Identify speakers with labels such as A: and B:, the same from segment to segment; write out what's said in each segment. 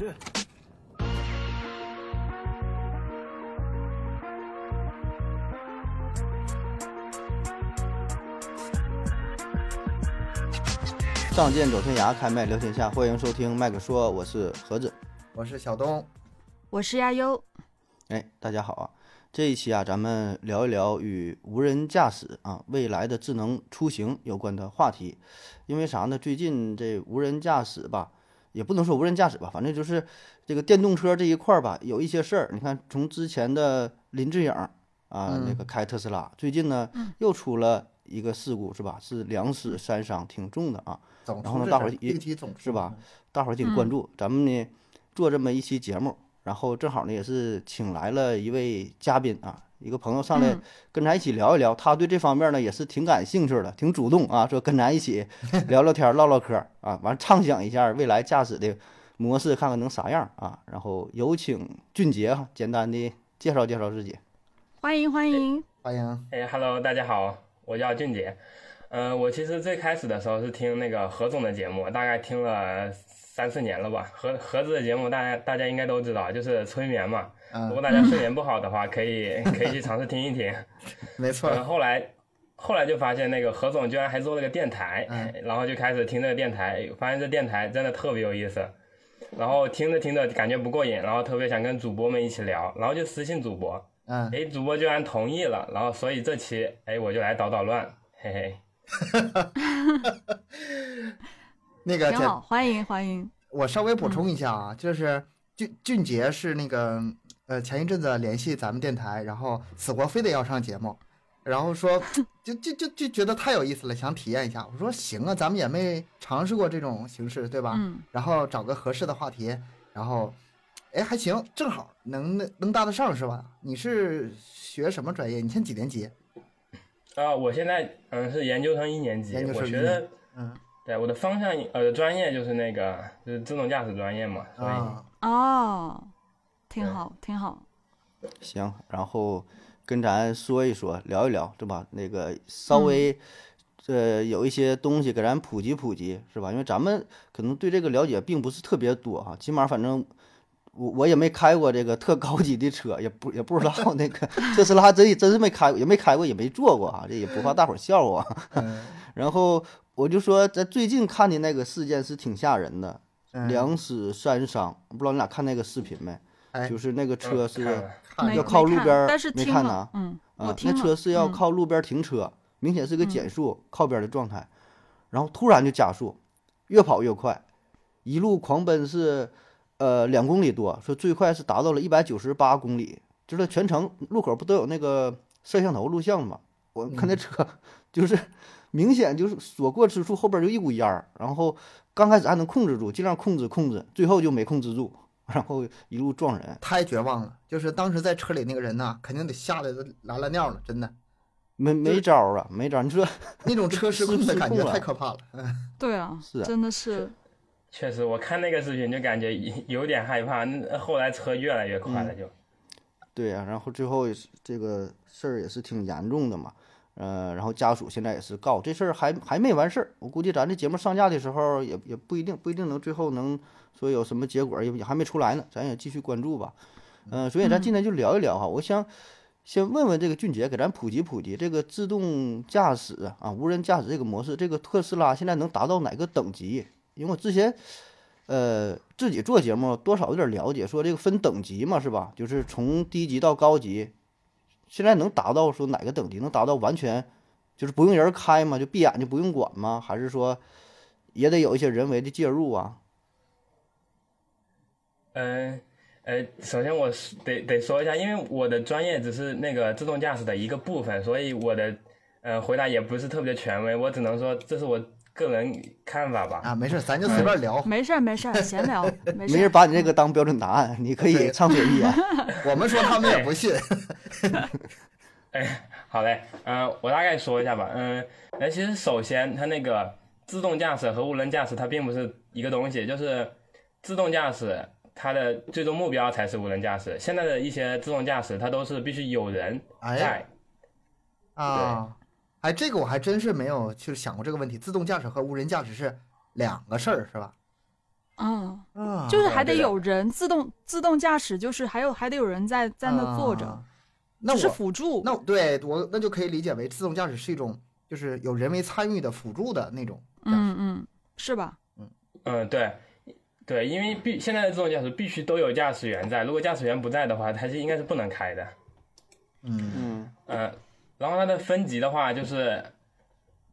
A: 这
B: 仗剑走天涯，开麦聊天下，欢迎收听麦克说，我是盒子。
C: 我是小东，
D: 我是亚优，
B: 哎，大家好啊！这一期啊，咱们聊一聊与无人驾驶啊未来的智能出行有关的话题。因为啥呢？最近这无人驾驶吧，也不能说无人驾驶吧，反正就是这个电动车这一块儿吧，有一些事儿。你看，从之前的林志颖啊，那个开特斯拉，最近呢又出了一个事故，是吧？是两死三伤，挺重的啊。
C: 总
B: 然后呢
C: 出这
B: 大
C: 事
B: 伙儿
C: 儿
B: 也
C: 议题总出
B: 是吧？大伙儿挺关注。咱们呢做这么一期节目，然后正好呢也是请来了一位嘉宾啊，一个朋友上来
D: 嗯
B: 跟咱一起聊一聊，他对这方面呢也是挺感兴趣的，挺主动啊，说跟咱一起聊聊天儿、唠唠嗑儿啊，完畅想一下未来驾驶的模式，看看能啥样啊。然后有请俊杰哈，简单的介绍介绍自己。
D: 欢迎欢迎。
C: 欢迎，
E: 哎，Hello，大家好，我叫俊杰。呃，我其实最开始的时候是听那个何总的节目，大概听了三四年了吧。何何子的节目大家大家应该都知道，就是催眠嘛。如果
C: 嗯，
E: 大家睡眠不好的话，可以 可以去尝试听一听。
C: 没错
E: 呃，
C: 儿，
E: 后来后来就发现那个何总居然还做了个电台，
C: 嗯
E: 然后就开始听这个电台，发现这电台真的特别有意思。然后听着听着感觉不过瘾，然后特别想跟主播们一起聊，然后就私信主播，
C: 嗯，
E: 哎，主播居然同意了，然后所以这期哎我就来捣捣乱，嘿嘿。
C: 那个
D: 挺
C: 简
D: 好，嗯欢迎欢迎。
C: 我稍微补充一下啊，就是俊俊杰是那个呃前一阵子联系咱们电台，然后死活非得要上节目，然后 说就就就就觉得太有意思了，想体验一下。我说行啊，咱们也没尝试过这种形式，对吧？
D: 嗯，
C: 然后找个合适的话题，然后哎还行，正好能能搭得上是吧？你是学什么专业？你现在几年级？
E: 啊、我现在嗯是研究生一年级
C: 研究，生
E: 我
C: 一
E: 觉
C: 年
E: 得
C: 嗯
E: 对我的方向呃专业就是那个就是自动驾驶专业嘛，所以、
C: 啊，
D: 哦，挺好挺好。
B: 行，然后跟咱说一说，聊一聊，对吧？那个稍
C: 嗯
B: 微，呃，有一些东西给咱普及普及，是吧？因为咱们可能对这个了解并不是特别多哈，起码反正我我也没开过这个特高级的车，也不也不知 道那个特斯拉还真真是没开过，也没开过，也没坐过啊，这也不怕大伙儿笑话。
C: 嗯
B: 然后我就说，咱最近看的那个事件是挺吓人的，
C: 嗯
B: 两死三伤，不知道你俩看那个视频没？
C: 哎
B: 就是那个车
E: 嗯
B: 是。
E: 看了
C: 看
D: 没
B: 要
C: 着
B: 靠
D: 没
B: 路
D: 看
B: 边儿
D: 但是
B: 没
D: 听
B: 看
D: 了，
B: 呐
D: 嗯，我
B: 啊，
D: 听
B: 那
D: 了。
B: 车是要
D: 嗯
B: 靠路边停车，明显是个减速、靠边的状态，然后突然就加速，越跑越快，一路狂奔是呃两公里多，说最快是达到了一百九十八公里，就是全程路口不都有那个摄像头录像嘛？我
D: 嗯
B: 看那车 就是明显就是所过之处后边就一股烟儿，然后刚开始还能控制住，尽量控制控制，最后就没控制住， 然后一路撞人。
C: 太绝望了，就是当时在车里那个人呐、肯定得吓得都拉拉尿了，真的，
B: 没没招儿啊，没招儿！你说
C: 那种车失控的感
B: 失
C: 觉
B: 控了
C: 太可怕了。嗯，
D: 对啊
B: 是，啊
D: 真的是，
E: 确实，我看那个视频就感觉有有点害怕，那后来车越来越快
C: 嗯
E: 了就，
B: 对呀、然后最后也是这个事儿也是挺严重的嘛，呃，然后家属现在也是告这事儿还还没完事儿，我估计咱这节目上架的时候也也不一定不一定能最后能说有什么结果，也也还没出来呢，咱也继续关注吧，嗯、所以咱今天就聊一聊哈，我想先问问这个俊杰，给咱普及普及这个自动驾驶啊，无人驾驶这个模式，这个特斯拉现在能达到哪个等级？因为我之前呃，自己做节目多少有点了解，说这个分等级嘛，是吧？就是从低级到高级，现在能达到说哪个等级能达到完全，就是不用人开吗？就闭眼就不用管吗？还是说也得有一些人为的介入啊？
E: 嗯呃首先我是得得说一下，因为我的专业只是那个自动驾驶的一个部分，所以我的呃回答也不是特别权威，我只能说这是我个人看法吧。
C: 啊，没事，咱就随便聊。
D: 没事儿没事儿，闲聊，没
B: 没
D: 事
B: 人
D: 儿。
B: 把你这个当标准答案，你可以
C: 对
B: 畅所欲言。
C: 我们说他们也不信。
E: 好嘞，嗯、我大概说一下吧，嗯、那其实首先它那个自动驾驶和无人驾驶它并不是一个东西，就是自动驾驶它的最终目标才是无人驾驶。现在的一些自动驾驶它都是必须有人
C: 哎
E: 在，
C: 啊，哎，这个我还真是没有去想过这个问题。自动驾驶和无人驾驶是两个事儿，是吧？
D: 嗯，
C: 啊，啊，
D: 就是
E: 啊
D: 还得
E: 对的
D: 有人自动自动驾驶，就是还有还得有人在在那坐着，
C: 啊。那
D: 只是
C: 我
D: 辅助。
C: 那我对我那就可以理解为自动驾驶是一种就是有人为参与的辅助的那种驾驶。
D: 嗯嗯，是吧？
E: 嗯，对，对，因为必现在的自动驾驶必须都有驾驶员在，如果驾驶员不在的话，它是应该是不能开的。
C: 嗯
B: 嗯，
E: 呃，然后它的分级的话，就是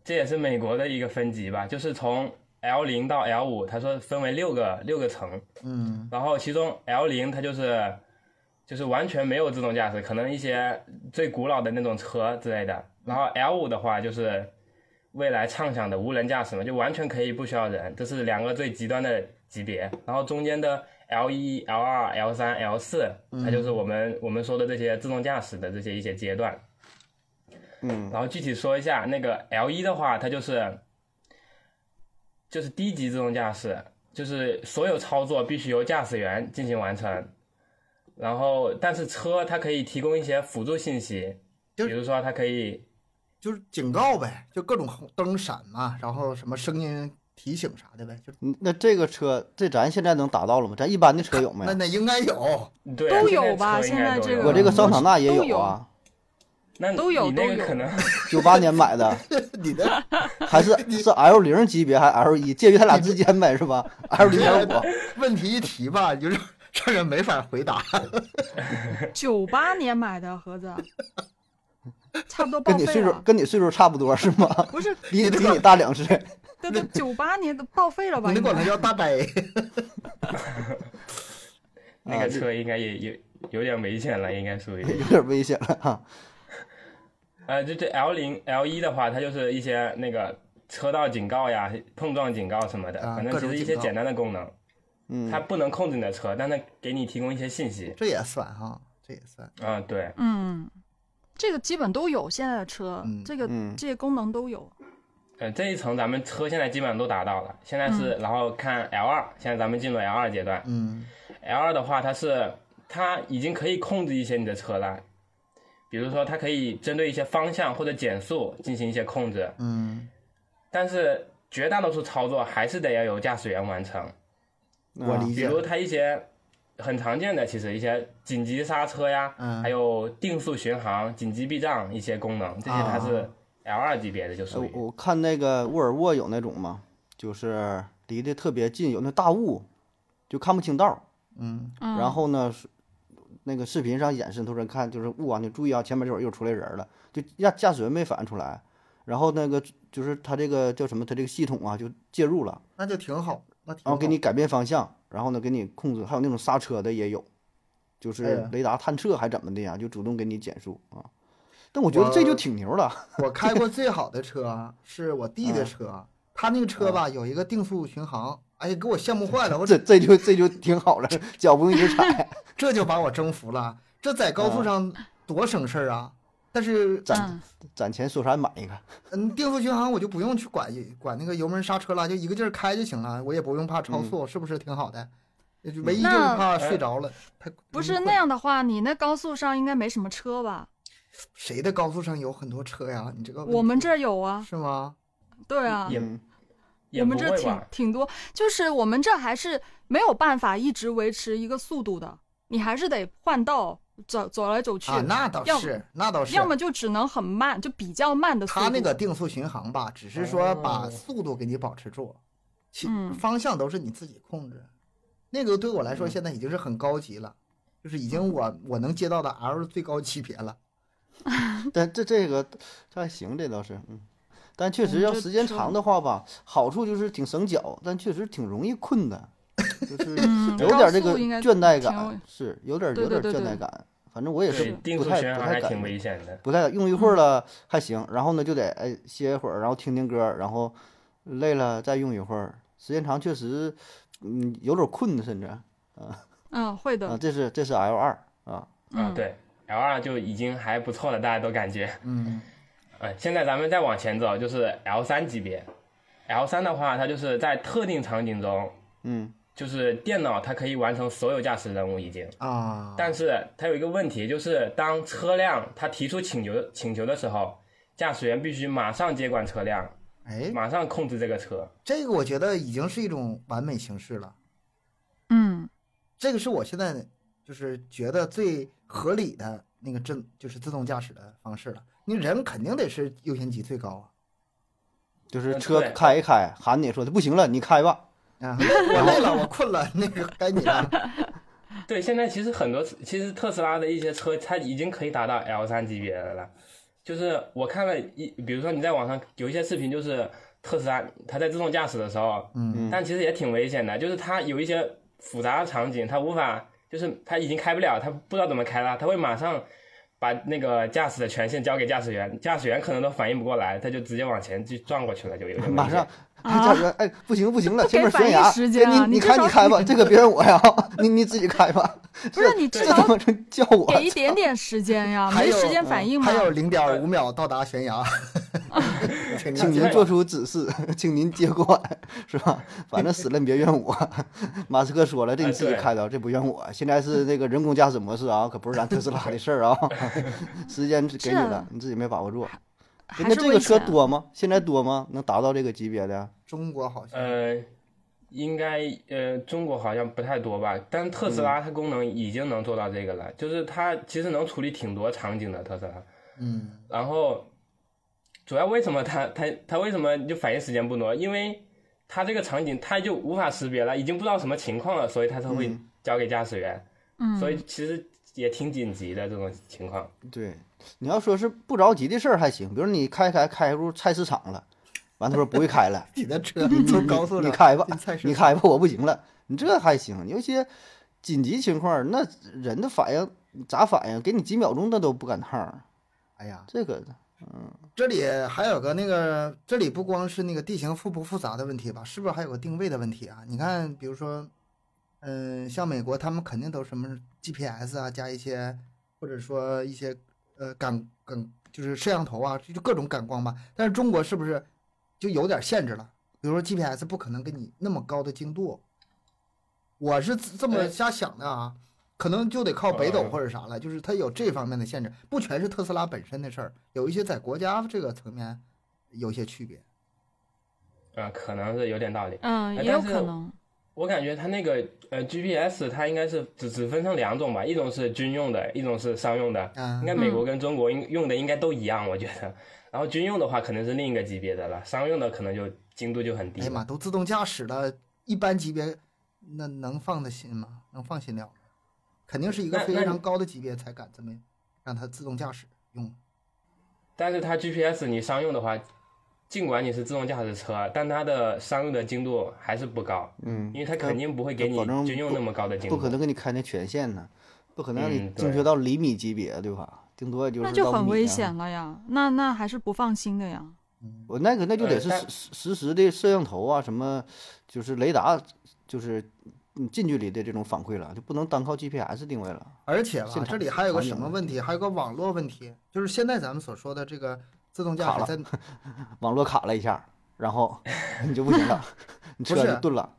E: 这也是美国的一个分级吧，就是从 L 零到 L 五，他说分为六个六个层，
C: 嗯
E: 然后其中 L 零它就是就是完全没有自动驾驶，可能一些最古老的那种车之类的，然后 L 五的话就是未来畅想的无人驾驶嘛，就完全可以不需要人，这是两个最极端的级别，然后中间的 L 一、L 二、L 三、L 四，它就是我们我们说的这些自动驾驶的这些一些阶段。
B: 嗯，
E: 然后具体说一下，那个 L 一的话，它就是就是低级自动驾驶，就是所有操作必须由驾驶员进行完成。然后，但是车它可以提供一些辅助信息，比
C: 就是
E: 如说它可以，
C: 就是警告呗，就各种红灯闪嘛，然后什么声音提醒啥的呗，就
B: 嗯那这个车，这咱现在能达到了吗？咱一般的车有没
C: 那
B: 有？
C: 那应该有，
E: 对，
D: 都
E: 现在
D: 有吧
E: 车应该
D: 现在
E: 都
D: 这
E: 有
D: 个
B: 我这个桑塔纳也
D: 都
B: 有啊，
E: 那
D: 都有
E: 你那
D: 都
E: 个
D: 有
E: 可能
B: 九八年买的，
C: 你的
B: 还是是 L 零级别还是 L 一，介于它俩之间呗，是吧？L 零点五，
C: 问题一提吧，就是 让人没法回答。
D: 九八年买的 盒子，差不多报
B: 跟你
D: 废
B: 岁数
D: 了。
B: 跟你岁数差不多是吗？
D: 不是，
B: 比比你大两岁。
D: 对对，九八年的报废 了吧？
C: 你得
D: 应该
C: 管它叫大伯，
E: 那个车应该也有有点危险了，应该属于。
B: 有点危险了啊！
E: 呃，就这 L 零 L 一的话，它就是一些那个车道警告呀、碰撞警告什么的，
C: 啊
E: 反正
C: 各
E: 其
C: 种
E: 实一
C: 警
E: 些
C: 告
E: 简单的功能。它
B: 嗯，
E: 不能控制你的车，但它给你提供一些信息。
C: 这也算哈，这也算。
E: 啊、对，
D: 嗯，这个基本都有现在的车，
C: 嗯
D: 这个、
B: 嗯
D: 这些功能都有。
E: 呃，这一层咱们车现在基本上都达到了，现在是，然后看 L 二，现在咱们进入 L 二阶段。
C: 嗯
E: L 二的话，它是它已经可以控制一些你的车了，比如说它可以针对一些方向或者减速进行一些控制，
C: 嗯，
E: 但是绝大多数操作还是得要由驾驶员完成。
C: 我理
E: 比
C: 解。
E: 如它一些很常见的，其实一些紧急刹车呀，
C: 嗯
E: 还有定速巡航、紧急避障一些功能，这
B: 啊
E: 些它是 L 二级别的，就属
B: 我
E: 于。
B: 啊我看那个沃尔沃有那种嘛，就是离得特别近，有那大雾，就看不清道。
C: 嗯
D: 嗯，
B: 然后呢，是那个视频上演示，都是看就是雾啊，你注意啊，前面这会儿又出来人了，就驾驾驶员没反应出来。然后那个就是他这个叫什么，他这个系统啊就介入了，
C: 那就挺好，那挺
B: 然
C: 好。
B: 后哦给你改变方向，然后呢给你控制，还有那种刹车的也有，就
C: 哎
B: 是
C: 呀
B: 雷达探测还怎么的呀，就主动给你减速啊。但我觉得这就
C: 我
B: 挺牛了，
C: 我开过最好的车啊是我弟的
B: 嗯
C: 车，他那个车吧有一个定速巡航，哎呀，给我羡慕坏了，我
B: 这这就这就挺好了，脚不用一直踩，
C: 这就把我征服了，这在高
B: 嗯
C: 速上多省事儿啊！但是，
B: 攒
D: 嗯
B: 攒钱说啥买 一个。
C: 嗯，定速巡航我就不用去管管那个油门刹车了，就一个劲儿开就行了，我也不用怕超速，是不是挺好的？就唯一就是
D: 嗯那呃
C: 怕睡着了，太嗯
D: 不是那样的话，你那高速上应该没什么车吧？
C: 谁的高速上有很多车呀？你这个问
D: 我们
C: 题
D: 这儿有啊，
C: 是吗？
D: 对啊，
E: 也
B: 嗯
E: 也
D: 我
E: 不
D: 们这
E: 会
D: 挺
E: 吧？
D: 挺多，就是我们这还是没有办法一直维持一个速度的，你还是得换道走走来走去，
C: 啊，那倒
D: 要
C: 是，那倒是
D: 要。么就只能很慢，就比较慢的速度。
C: 它那个定速巡航吧，只是说把
E: 哦
C: 速度给你保持住，其
D: 嗯
C: 方向都是你自己控制。那个对我来说现在已经是很高级了，就是已
D: 嗯
C: 经我我能接到的 L 最高级别了。
B: 但这这个这还行，这倒是，嗯，但确
D: 我
B: 实
D: 们
B: 要
D: 这
B: 时间
D: 车
B: 长的话吧，好处就是挺省脚，但确实挺容易困的， 就是
D: 嗯
B: 有
D: 高
B: 点这
D: 速
B: 个
D: 应该
B: 倦怠
D: 挺容易
B: 感，是有点
D: 对
B: 有点
D: 对
B: 倦
D: 对
B: 怠
D: 对
B: 感。反正我也
E: 对
B: 是，
E: 定
B: 不
E: 速
B: 太
E: 巡
B: 不
E: 航
B: 太
E: 还
B: 敢
E: 挺
B: 用，
E: 危险的。
B: 不太敢用一会
D: 嗯
B: 儿了还行，然后呢就得哎歇一会儿，然后听听歌，然后累了再用一会儿，时间长确实，嗯，有点困，甚至啊，
D: 嗯，会的，
B: 这是这是 L 二啊，
E: 啊
D: 嗯，，
E: 对，L 二就已经还不错了，大家都感觉。
C: 嗯，
E: 嗯，现在咱们再往前走，就是 L 三级别。L 三的话，它就是在特定场景中，
B: 嗯
E: 就是电脑它可以完成所有驾驶任务已经。
C: 啊，
E: 但是它有一个问题，就是当车辆它提出请求请求的时候，驾驶员必须马上接管车辆，
C: 哎，
E: 马上控制这个车。
C: 这个我觉得已经是一种完美形式了。
D: 嗯
C: 这个是我现在就是觉得最合理的那个自就是自动驾驶的方式了。你人肯定得是优先级最高啊。
B: 就是
E: 嗯
B: 车
E: 对
B: 开一开，喊你说不行了，你开吧。
C: 啊，我累了，我困了，那个该你了。
E: 对，现在其实很多，其实特斯拉的一些车，它已经可以达到 L 三级别的了。就是我看了一，比如说你在网上有一些视频，就是特斯拉它在自动驾驶的时候，
C: 嗯，
E: 但其实也挺危险的，就是它有一些复杂的场景，它无法，就是它已经开不了，它不知道怎么开了，它会马上把那个驾驶的权限交给驾驶员，驾驶员可能都反应不过来，他就直接往前就撞过去了，就有点危
B: 马
E: 险
B: 上，
D: 啊
B: 驾驶员，哎，不行不行 了，
D: 不给
B: 前面悬
D: 反
B: 崖，
D: 应时间啊
B: 哎你
D: 你至
B: 开
D: 少
B: 你开吧，这个别让我呀， 你你自己开吧。
D: 不是你至
B: 这
D: 少
B: 怎么能叫我？
D: 给一点点时间呀，
C: 还
D: 啊没
C: 有嗯
D: 时间反应吗
C: 还？有零点五秒到达悬崖， 请
B: 请
C: 您
B: 您做出指示，请您接管，是吧？反正死了你别怨我。 马斯克说了，这你自己
E: 哎对
B: 开的，这不怨我。现在是那个人工驾驶模式啊，可不是咱特斯拉的事儿啊。时间给你
D: 是
B: 了
D: 啊，
B: 你自己没把握住。
D: 还
B: 那
D: 是
B: 这
D: 危
B: 个车
D: 险。啊
B: 多吗？现在多吗？能达到这个级别的？
C: 中国好像
E: 呃，应该呃，中国好像不太多吧，但特斯拉它功能已经能做到这个了，就是它其实能处理挺多场景的特斯拉。
C: 嗯
E: 然后主要为什么它它它为什么就反应时间不多？因为它这个场景它就无法识别了，已经不知道什么情况了，所以它才会交给驾驶员。
D: 嗯
E: 所以其实也挺紧急的这种情况。
B: 对，你要说是不着急的事儿还行，比如你开开开入菜市场了，完他说不会开了，
C: 你的车从高速
B: 你
C: 上
B: 开吧
C: 进菜，市
B: 你
C: 场
B: 开吧，我不行了，你这还行。有些紧急情况，那人的反应咋反应？给你几秒钟那都不赶趟儿，
C: 哎呀，
B: 这个
C: 这里还有个那个，这里不光是那个地形复不复杂的问题吧，是不是还有个定位的问题啊？你看，比如说，嗯，像美国他们肯定都什么 GPS 啊，加一些或者说一些呃感感就是摄像头啊，就各种感光吧。但是中国是不是就有点限制了？比如说 GPS 不可能给你那么高的精度，我是这么
E: 哎
C: 瞎想的啊，可能就得靠北斗
E: 嗯
C: 或者啥了，就是它有这方面的限制，不全是特斯拉本身的事儿，有一些在国家这个层面有一些区别。
E: 啊、可能是有点道理。
D: 嗯，
E: 哎
D: 也有
E: 但是
D: 可能。
E: 我感觉它那个呃 GPS，它应该是只只分成两种吧，一种是军用的，一种是商用的。
C: 嗯
E: 应该美国跟中国应用的应该都一样，我觉得。 然后军用的话可能是另一个级别的了，商用的可能就精度就很低
C: 哎
E: 了。
C: 呀妈，都自动驾驶了，一般级别那能放得心吗？能放心了吗？肯定是一个
E: 那
C: 非
E: 那
C: 常
E: 你
C: 高的级别才敢这么让它自动驾驶用。
E: 但是它 GPS 你商用的话，尽管你是自动驾驶车，但它的商用的精度还是不高，
B: 嗯
E: 因为它肯定不会给你
B: 保证
E: 军用
B: 不
E: 那么高的精
B: 不
E: 度。
B: 可能给你开那权限呢，不可能让你
E: 嗯对
B: 精确到厘米级别，对吧？顶多也就是
D: 那就
B: 到
D: 很
B: 米
D: 危
B: 啊
D: 险了呀，那那还是不放心的呀。
B: 我那个那就得
E: 呃
B: 是
E: 但
B: 实实时的摄像头啊，什么就是雷达，就是嗯近距离的这种反馈了，就不能单靠 GPS 定位了。
C: 而且吧
B: 现，
C: 这
B: 场
C: 里还有个
B: 场
C: 什
B: 景
C: 么问题？还有个网络问题，就是现在咱们所说的这个自动驾
B: 卡
C: 驶
B: 了
C: 在
B: 网络卡了一下，然后 你就不行了，你
C: 不
B: 车
C: 是
B: 就顿了。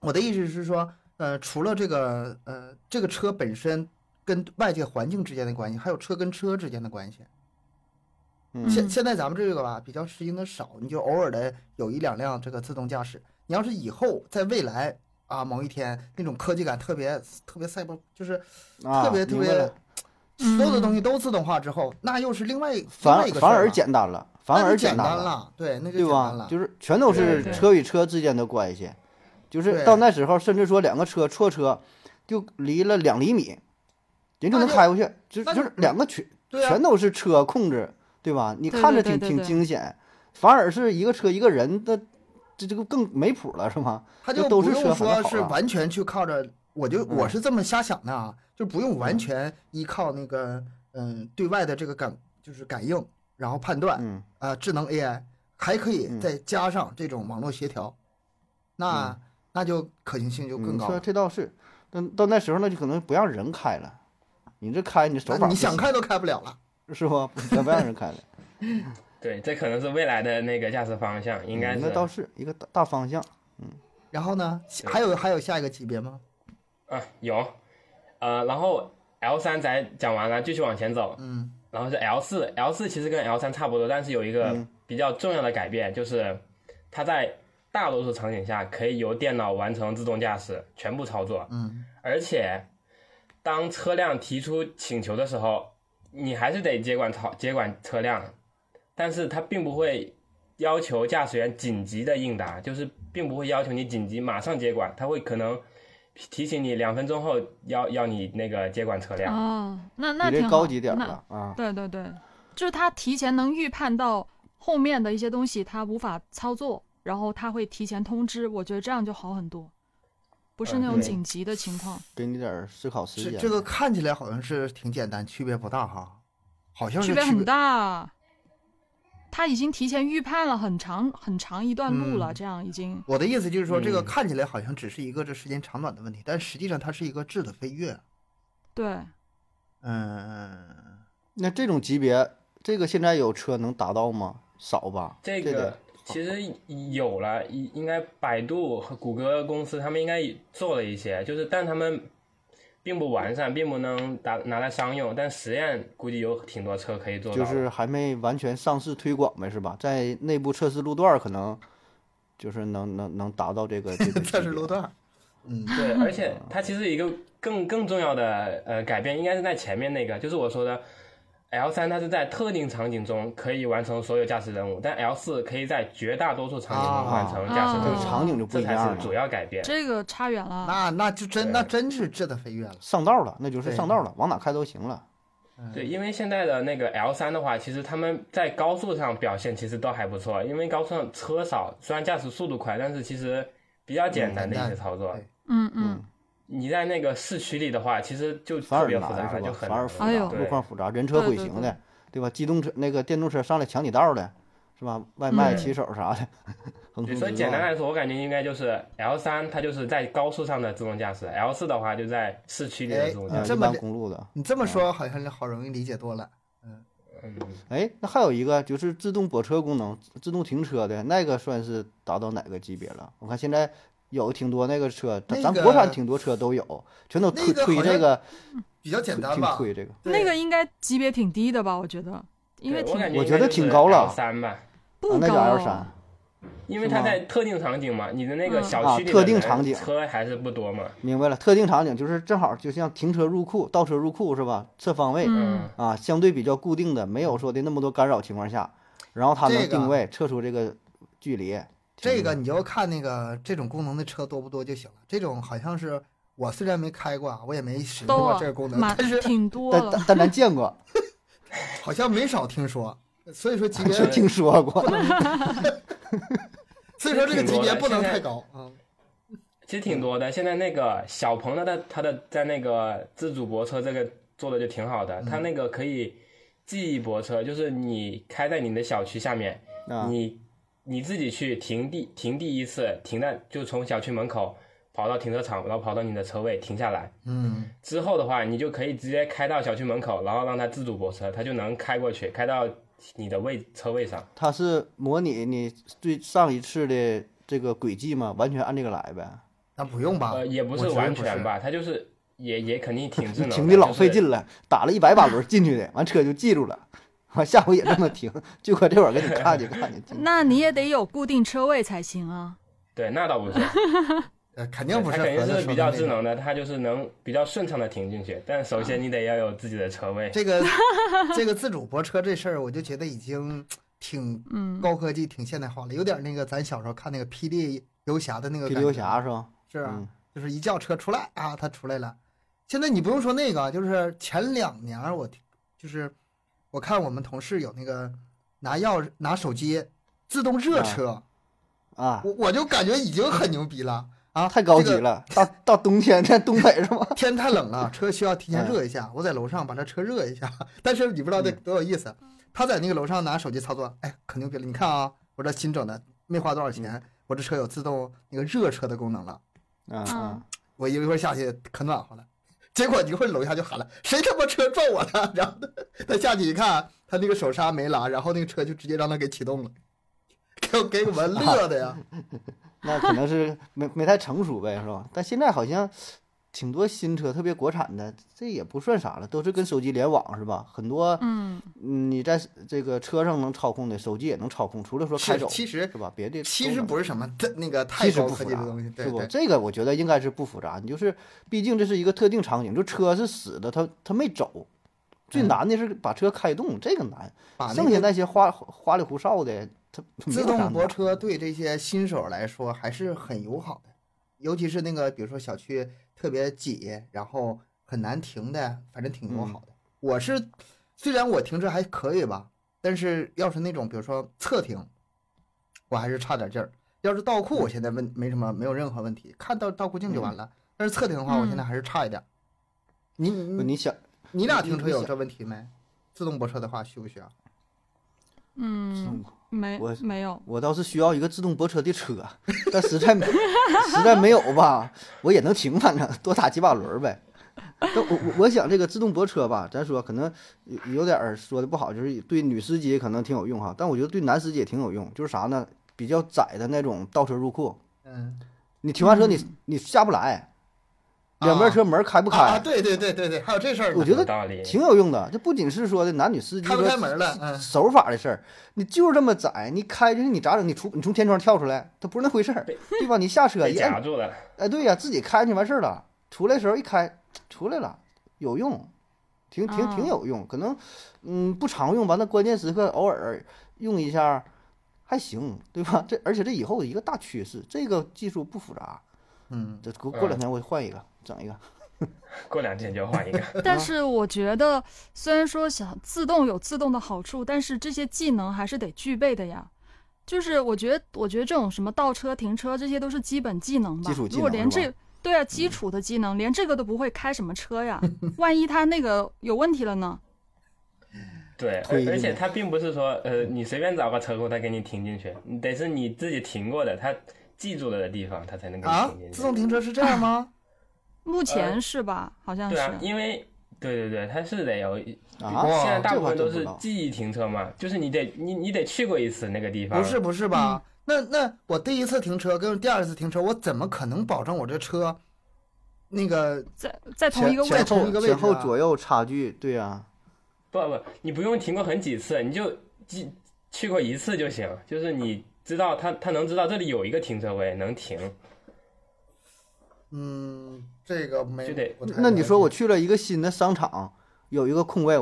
C: 我的意思是说，呃，除了这个呃这个车本身跟外界环境之间的关系，还有车跟车之间的关系。现
D: 嗯
C: 现在咱们这个吧比较实行的少，你就偶尔的有一两辆这个自动驾驶。你要是以后在未来啊某一天那种科技感特别特别赛博，就是
B: 啊，
C: 特别特
B: 明白
C: 别
B: 了，
C: 所有的东西都自动化之后，那又是另外
B: 反
C: 另外
B: 而
C: 一个
B: 反
C: 事儿
B: 而
C: 了
B: 简单了，
C: 那
B: 反
C: 就
B: 而
C: 简
B: 单
C: 单
B: 了，
C: 了，对，那就
B: 对
C: 简单
B: 吧
C: 了？。
B: 就是全都
E: 对
B: 是
E: 对
B: 车与车之间的关系，就是
C: 对
B: 到那时候，甚至说两个车错车就离了两厘米，人就
C: 那
B: 能
C: 就
B: 开过去，就
C: 那
B: 就
C: 就是
B: 两个群
C: 对啊
B: 全都是车控制，对吧？你
D: 对
B: 看着
D: 对
B: 挺
D: 对对
B: 挺
D: 对
B: 惊险，反而是一个车一个人的，这这个更没谱了，是吗？
C: 他
B: 就
C: 就
B: 都
C: 不
B: 是
C: 用
B: 车反而
C: 说
B: 好
C: 是
B: 了
C: 完全去靠着，我就我
B: 嗯
C: 是这么瞎想的啊，就不用完全依靠那个嗯对外的这个感就是感应，然后判断
B: 嗯，
C: 啊，智能 AI 还可以
B: 嗯
C: 再加上这种网络协调，那那就可行性就
B: 嗯
C: 更
B: 你
C: 高
B: 说
C: 了。
B: 这倒是，但到那时候那就可能不让人开了，你这开你手
C: 那
B: 法
C: 你
B: 不
C: 想
B: 行
C: 开都开不了了。
B: 是不？咱不让人开了，
E: 对，这可能是未来的那个驾驶方向，应该
B: 嗯
E: 是。
B: 那倒是一个大大方向。
C: 然后呢，还有还有下一个级别吗？
E: 啊，有，呃，然后 L 三咱讲完了，继续往前走，
C: 嗯，
E: 然后是 L 四，L 四其实跟 L 三差不多，但是有一个比较重要的改变，就是它在大多数场景下可以由电脑完成自动驾驶全部操作，
C: 嗯，
E: 而且当车辆提出请求的时候，你还是得接管操接管车辆，但是它并不会要求驾驶员紧急的应答，就是并不会要求你紧急马上接管，它会可能提醒你两分钟后要要你那个接管车辆。
D: 哦，那那
B: 比
D: 挺
B: 这
D: 好
B: 高级点儿
D: 那
B: 了啊。
D: 对对对，就是他提前能预判到后面的一些东西他无法操作，然后他会提前通知，我觉得这样就好很多，不是
E: 嗯
D: 那种
E: 对
D: 紧急的情况。
B: 给你点儿思考时
C: 这
B: 间。
C: 这个看起来好像是挺简单，区别不大哈，好像是
D: 区别很大。他已经提前预判了很长很长一段路了，
C: 嗯
D: 这样已经
C: 我的意思就是说，这个
E: 嗯
C: 看起来好像只是一个这时间长短的问题，但实际上它是一个质的飞跃。
D: 对
C: 嗯，
B: 那这种级别，这个现在有车能达到吗？少吧。
E: 这
B: 这
E: 个
B: 得
E: 其实有了，应应该百度和谷歌公司他们应该也做了一些，就是但他们并不完善，并不能拿拿来商用，但实验估计有挺多车可以做到
B: 就
E: 的。
B: 是还没完全上市推广呗，是吧？在内部测试路段儿可能就是能能能达到这个这个级
C: 测试
B: 别
C: 路
D: 啊
C: 段儿，嗯，
E: 对，而且它其实一个更更重要的呃改变，应该是在前面那个，就是我说的 L 三，它是在特定场景中可以完成所有驾驶任务，但 L 四可以在绝大多数场景中完成驾驶
B: 啊这
E: 任
B: 个
E: 务，
B: 场景就不
E: 哦这
B: 一
E: 才
B: 样
E: 是主
B: 了，
E: 要改变。
D: 这个差远了。
C: 那那就真
E: 对
C: 那真是质的飞跃了。
B: 上道了，那就是
C: 对
B: 上道了，往哪开都行了。
C: 嗯
E: 对，，因为现在的那个 L 三的话，其实他们在高速上表现其实都还不错，因为高速上车少，虽然驾驶速度快，但是其实比较简单的一些操作。
C: 对
D: 嗯嗯，
E: 你在那个市区里的话，其实就
B: 反
E: 特
B: 而
E: 别复
B: 难
E: 杂
B: 是
E: 了，
B: 吧？
E: 就
B: 反
E: 很难
B: 而
E: 了
B: 复
D: 哎
B: 杂，
D: 呦
B: 路况复杂，人车
D: 对
B: 毁
D: 对
B: 行
D: 对
B: 的，对吧？机动车那个电动车上来抢你道儿的，是吧？外卖、
E: 嗯
B: 骑手啥的，横
E: 对，
B: 冲
E: 所以
B: 直
E: 简单
B: 撞
E: 来说，我感觉应该就是 L 三，它就是在高速上的自动驾驶；L 四的话，就在市区里的自动驾
B: 呃
E: 驶。
C: 这
B: 一
C: 么
B: 般
C: 的
B: 公路的。
C: 你这么
B: 啊
C: 说好像好容易理解多了。
E: 嗯，
B: 哎，那还有一个就是自动泊车功能、自动停车的那个，算是达到哪个级别了？我看现在有挺多那个车，咱
C: 那
B: 咱
C: 个
B: 国产挺多车都有，全都
C: 那
B: 推
C: 个
B: 推
C: 好
B: 这
C: 像
B: 个，
C: 比较
B: 推
C: 简单
B: 挺
C: 吧？
B: 推这个。
C: 对
D: 那个应该级别挺低的吧？我觉得，因为
E: 对
D: 挺
E: 我感
B: 我
E: 应
B: 觉
E: 该
B: 得
E: 就是
B: 挺高了
E: L 三吧，
B: 啊
D: 不
B: 那
D: 高、
B: 叫 L 三，
E: 因为
B: 是
E: 它
B: 吗
E: 在特定场景嘛，你的那个
D: 嗯
E: 小
B: 啊
E: 区里
B: 特
E: 的
B: 定
E: 人
B: 场景
E: 车还是不多嘛。
B: 明白了，特定场景就是正好就像停车入库、倒车入库是吧？侧方位、
D: 嗯
B: 啊，相对比较固定的，没有说的那么多干扰情况下，然后它
C: 这
B: 能定
C: 个
B: 位、测出这个距离。
C: 这个你就看那个这种功能的车多不多就行了。这种好像是我虽然没开过啊，我也没使用
D: 都
C: 过
D: 啊
C: 这个功能，
D: 蛮
C: 但 是
D: 挺多
B: 但
D: 了
B: 但。但咱见过，
C: 好像没少听说。所以说级别，
B: 就听说过。
C: 所以说这个级别不能
E: 挺多的
C: 太高啊。
E: 其实挺多的。现在那个小鹏的，它它的在那个自主泊车这个做的就挺好的，它那个可以记忆泊车，就是你开在你的小区下面，
B: 啊，
E: 你你自己去停地停地一次，停在就从小区门口跑到停车场，然后跑到你的车位停下来。
C: 嗯，
E: 之后的话，你就可以直接开到小区门口，然后让它自主泊车，它就能开过去，开到你的位车位上。
B: 它是模拟你最上一次的这个轨迹嘛，完全按这个来呗。
C: 那不用吧？
E: 呃，也
C: 啊
E: 不
C: 我
E: 是
C: 觉得
E: 完
C: 不
E: 全
C: 是
E: 吧，它就是也也肯定挺智能的，
B: 停的老费
E: 就是
B: 劲了，打了一百把轮进去的，完车就记住了，完下回也这么停， 就搁这会儿给你看见看见。
D: 那你也得有固定车位才行啊。
E: 对，那倒不是，
C: 呃，肯定不
E: 它
C: 是
E: 肯
C: 盒
E: 定
C: 子
E: 是
C: 说
E: 比
C: 的
E: 较
C: 那
E: 智
C: 种。啊
E: 能的，它就是能比较顺畅的停进去。但首先你得要有自己的车位，
C: 这个这个自主泊车这事儿，我就觉得已经挺
D: 嗯，
C: 高科技、挺现代化了，有点那个咱小时候看那个《霹雳游侠》的那个
B: 霹
C: 感觉。
B: 雳游侠是吧？
C: 是啊，
B: 嗯
C: 就是一叫车出来啊，它出来了。现在你不用说那个，就是前两年儿我听就是我看我们同事有那个拿钥匙拿手机自动热车，
B: 啊，
C: 我我就感觉已经很牛逼了 啊！
B: 太高级
C: 这个
B: 了。到到冬天在东北是 吧？
C: 天太冷了，车需要提前热一
B: 嗯
C: 下。我在楼上把这车热一下， 但是你不知道这多有意思。他在那个楼上拿手机操作，哎，可牛逼了！你看啊，我这新整的，没花多少钱，我这车有自动那个热车的功能了。
B: 嗯嗯，
C: 我一会儿下去可暖和了。结果一会儿楼下就喊了：“谁他妈车撞我了？” 然后他他下去一看，他那个手刹没拉，然后那个车就直接让他给启动了，给我给我们
B: 啊
C: 乐的呀！
B: 那可能是没没太成熟呗，是吧？但现在好像挺多新车，特别国产的，这也不算啥了，都是跟手机联网是吧？很多
D: 嗯，
B: 嗯你在这个车上能操控的，手机也能操控，除了说开
C: 是
B: 走
C: 其实
B: 是吧？别的
C: 其
B: 都
C: 实
B: 能
C: 不是什么的那个
B: 其
C: 太
B: 实
C: 高
B: 不
C: 科
B: 复
C: 技
B: 杂
C: 的东西，，对
B: 是不？
C: 对，
B: 这个我觉得应该是不复杂，你就是毕竟这是一个特定场景，就车是死的，它它没走。最
C: 嗯
B: 难的是把车开动，这个难。
C: 把那
B: 剩下
C: 个
B: 那些花花里胡哨的，它它没
C: 自
B: 有啥
C: 动泊
B: 难
C: 车对这些新手来说还是很友好的，尤其是那个比如说小区特别挤，然后很难停的，反正挺友好的。
B: 嗯
C: 我是虽然我停车还可以吧，但是要是那种比如说侧停，我还是差点劲儿。要是倒库，我现在问没什么，没有任何问题，看到倒库镜就
B: 嗯
C: 完了。但是侧停的话，我现在还是差一点儿。你
B: 不
C: 你
B: 你想，
C: 你俩停
B: 你
C: 车有
B: 想
C: 这问题没？自动泊车的话需不需要？
D: 嗯，没
B: 我
D: 没有，
B: 我倒是需要一个自动泊车的车，啊但实在没 实在没有吧，我也能停，反正多打几把轮儿呗。但我我我想这个自动泊车吧，咱说可能有有点儿说的不好，就是对女司机可能挺有用哈，但我觉得对男司机也挺有用，就是啥呢？比较窄的那种倒车入库，
C: 嗯，
B: 你停完车你、你下不来，两边车门开不开，
C: 啊，对对对对对，还有这事儿呢。
B: 我觉得
E: 有道理。
B: 挺有用的。这不仅是说的男女司机
C: 开不
B: 说
C: 开门了嗯
B: 手法的事儿，你就是这么窄，你开就是你咋整？你出你从天窗跳出来，它不是那回事儿， 对吧？你下车
E: 被
B: 一
E: 夹
B: 摁，
E: 住了，
B: 哎，对呀、自己开就完事儿了。出来的时候一开，出来了，有用，挺挺挺
D: 啊
B: 有用。可能嗯不常用吧，那关键时刻偶尔用一下还行，对
E: 嗯
B: 吧？这而且这以后的一个大趋势，这个技术不复杂。
C: 嗯，
B: 这过过两天我换一个，整一个。
E: 过两天就 换一个。
D: 但是我觉得，虽然说想自动有自动的好处，但是这些技能还是得具备的呀。就是我觉得，我觉得这种什么倒车、停车，这些都是基本技能吧。
B: 基础技能
D: 如果连
B: 是吧
D: 这对啊，基础的技能、连这个都不会，开什么 车呀？万一他那个有问题了呢？
E: 对，
B: 推
E: 而而
B: 进
E: 且
B: 的
E: 它并不是说，呃，你随便找个车库它给你停进去，你得是你自己停过的，它记住了的地方，它才能给
C: 啊
E: 你停进，去。
C: 自动停车是这样吗？
D: 目前是吧？好像
E: 呃对啊，
D: 是。
E: 因为对对对，它是得有一。
B: 啊
E: 现在大
B: 这
E: 部
B: 我还
E: 分都
B: 真不知
E: 是
B: 道
E: 记忆停车嘛，就是你得你你得去过一次那个地方，
C: 不是不是吧？
B: 嗯
C: 那那我第一次停车跟第二次停车，我怎么可能保证我这车那个
D: 在在同一个
C: 前
D: 位
B: 前
D: 置
C: 同一
B: 后
C: 个位
B: 前
C: 置
B: 后
C: 啊
B: 左右差距，对呀、
E: 不不，你不用停过很几次，你就记去过一次就行，就是你知道他他能知道这里有一个停车位能停，
C: 嗯，这个没
E: 就得
C: 不太
B: 那你
C: 了
B: 说我
C: 解
B: 去了一个新的商场，有一个空位，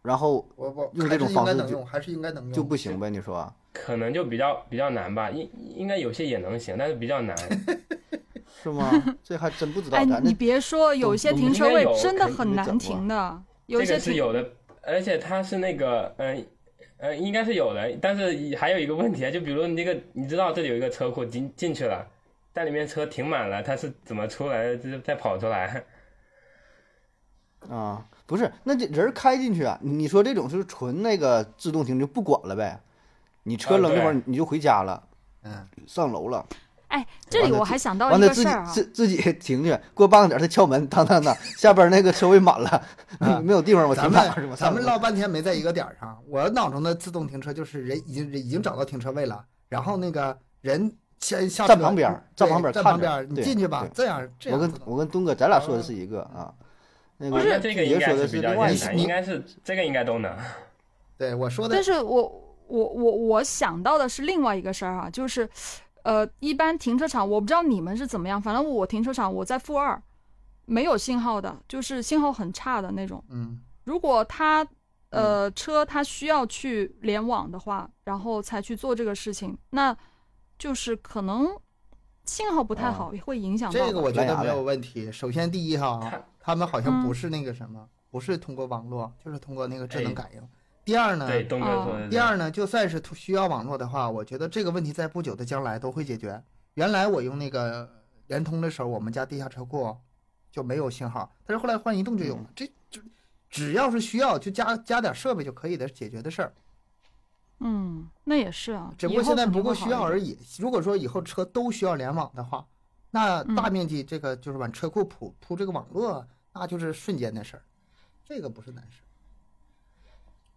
B: 然后
C: 我我
B: 用
C: 还
B: 这种
C: 是
B: 方
C: 应
B: 式
C: 该能
B: 就
C: 用，还是应该能用，
B: 就不行呗？你 说
E: 可能就比较比较难吧，应应该有些也能行，但是比 较难。
B: 是吗？ 这还真不知道
D: 哎，你
B: 咱
D: 你
B: 这
D: 别说，有一些
B: 懂
D: 停
E: 应
D: 车
E: 该
D: 位
E: 有
D: 真的
E: 可以
B: 你
D: 很难
B: 讲过
D: 停的，有一
E: 这
D: 些
E: 个是
D: 停
E: 有的，而且它是那个，嗯、呃，呃，应该是有的，但是还有一个问题啊，就比如你这个，你知道这里有一个车库进进去了，但里面车停满了，它是怎么出来的？就是再跑出来，
B: 啊，不是，那这人开进去啊，你说这种就是纯那个自动停就不管了呗？你车
E: 啊
B: 扔那
E: 对
B: 块儿你就回家了，
C: 嗯，
B: 上楼了，
D: 哎，这里
B: 完了
D: 我
B: 自
D: 还想到
B: 完
D: 一
B: 了
D: 个
B: 自
D: 事
B: 己
D: 儿啊，
B: 自自己 停去，过半个点儿他敲门，当当当，下边儿那个车位满了， 没有地方我
C: 啊咱
B: 停哪儿是
C: 们
B: 吧？
C: 咱们
B: 上
C: 唠半天没在一个点儿上。我脑中的自动停车就是人已经人已经找到停车位了，然后那个人先下
B: 站
C: 车嗯
B: 旁边儿
C: 对
B: 站旁边儿
C: 站
B: 看
C: 旁
B: 着
C: 边儿，你
B: 对
C: 进去吧
B: 对，
C: 这样这
B: 我
C: 样
B: 跟
C: 自动。
B: 我跟东哥咱俩说的是一个啊，那个
E: 啊那这个应
B: 也
E: 该
B: 说的
E: 比较
B: 另外一
E: 简
B: 个啊
E: 单，应该是这个应该都能。
C: 对我说的
D: 但是我我我我想到的是另外一个事儿啊，就是，呃，一般停车场我不知道你们是怎么样，反正我停车场我在负二，没有信号的，就是信号很差的那种。
C: 嗯。
D: 如果他呃车他需要去联网的话，然后才去做这个事情，那就是可能信号不太
B: 啊
D: 好，也会影响到
C: 哦这个
D: 吧。
C: 我觉
B: 蓝
C: 得
B: 牙
C: 没
B: 呗
C: 有问题。首先第一哈
E: 看，
C: 他们好
D: 嗯
C: 像不是那个什么，不是通过网络，就是通过那个智能
E: 哎
C: 感应。第二呢，
E: 对，东哥说的
C: 第二呢，就算是突需要网络的话，我觉得这个问题在不久的将来都会解决。原来我用那个联通的时候，我们家地下车库就没有信号，但是后来换移动就有了。这就只要是需要，就加加点设备就可以的解决的事儿。
D: 嗯，那也是啊，
C: 只不
D: 以
C: 过
D: 后
C: 现在
D: 肯定
C: 不够
D: 会好
C: 需要
D: 一
C: 而
D: 点。
C: 已。如果说以后车都需要联网的话，那
D: 嗯
C: 大面积这个就是往车库铺铺这个网络，那就是瞬间的事儿，这个不是难事儿。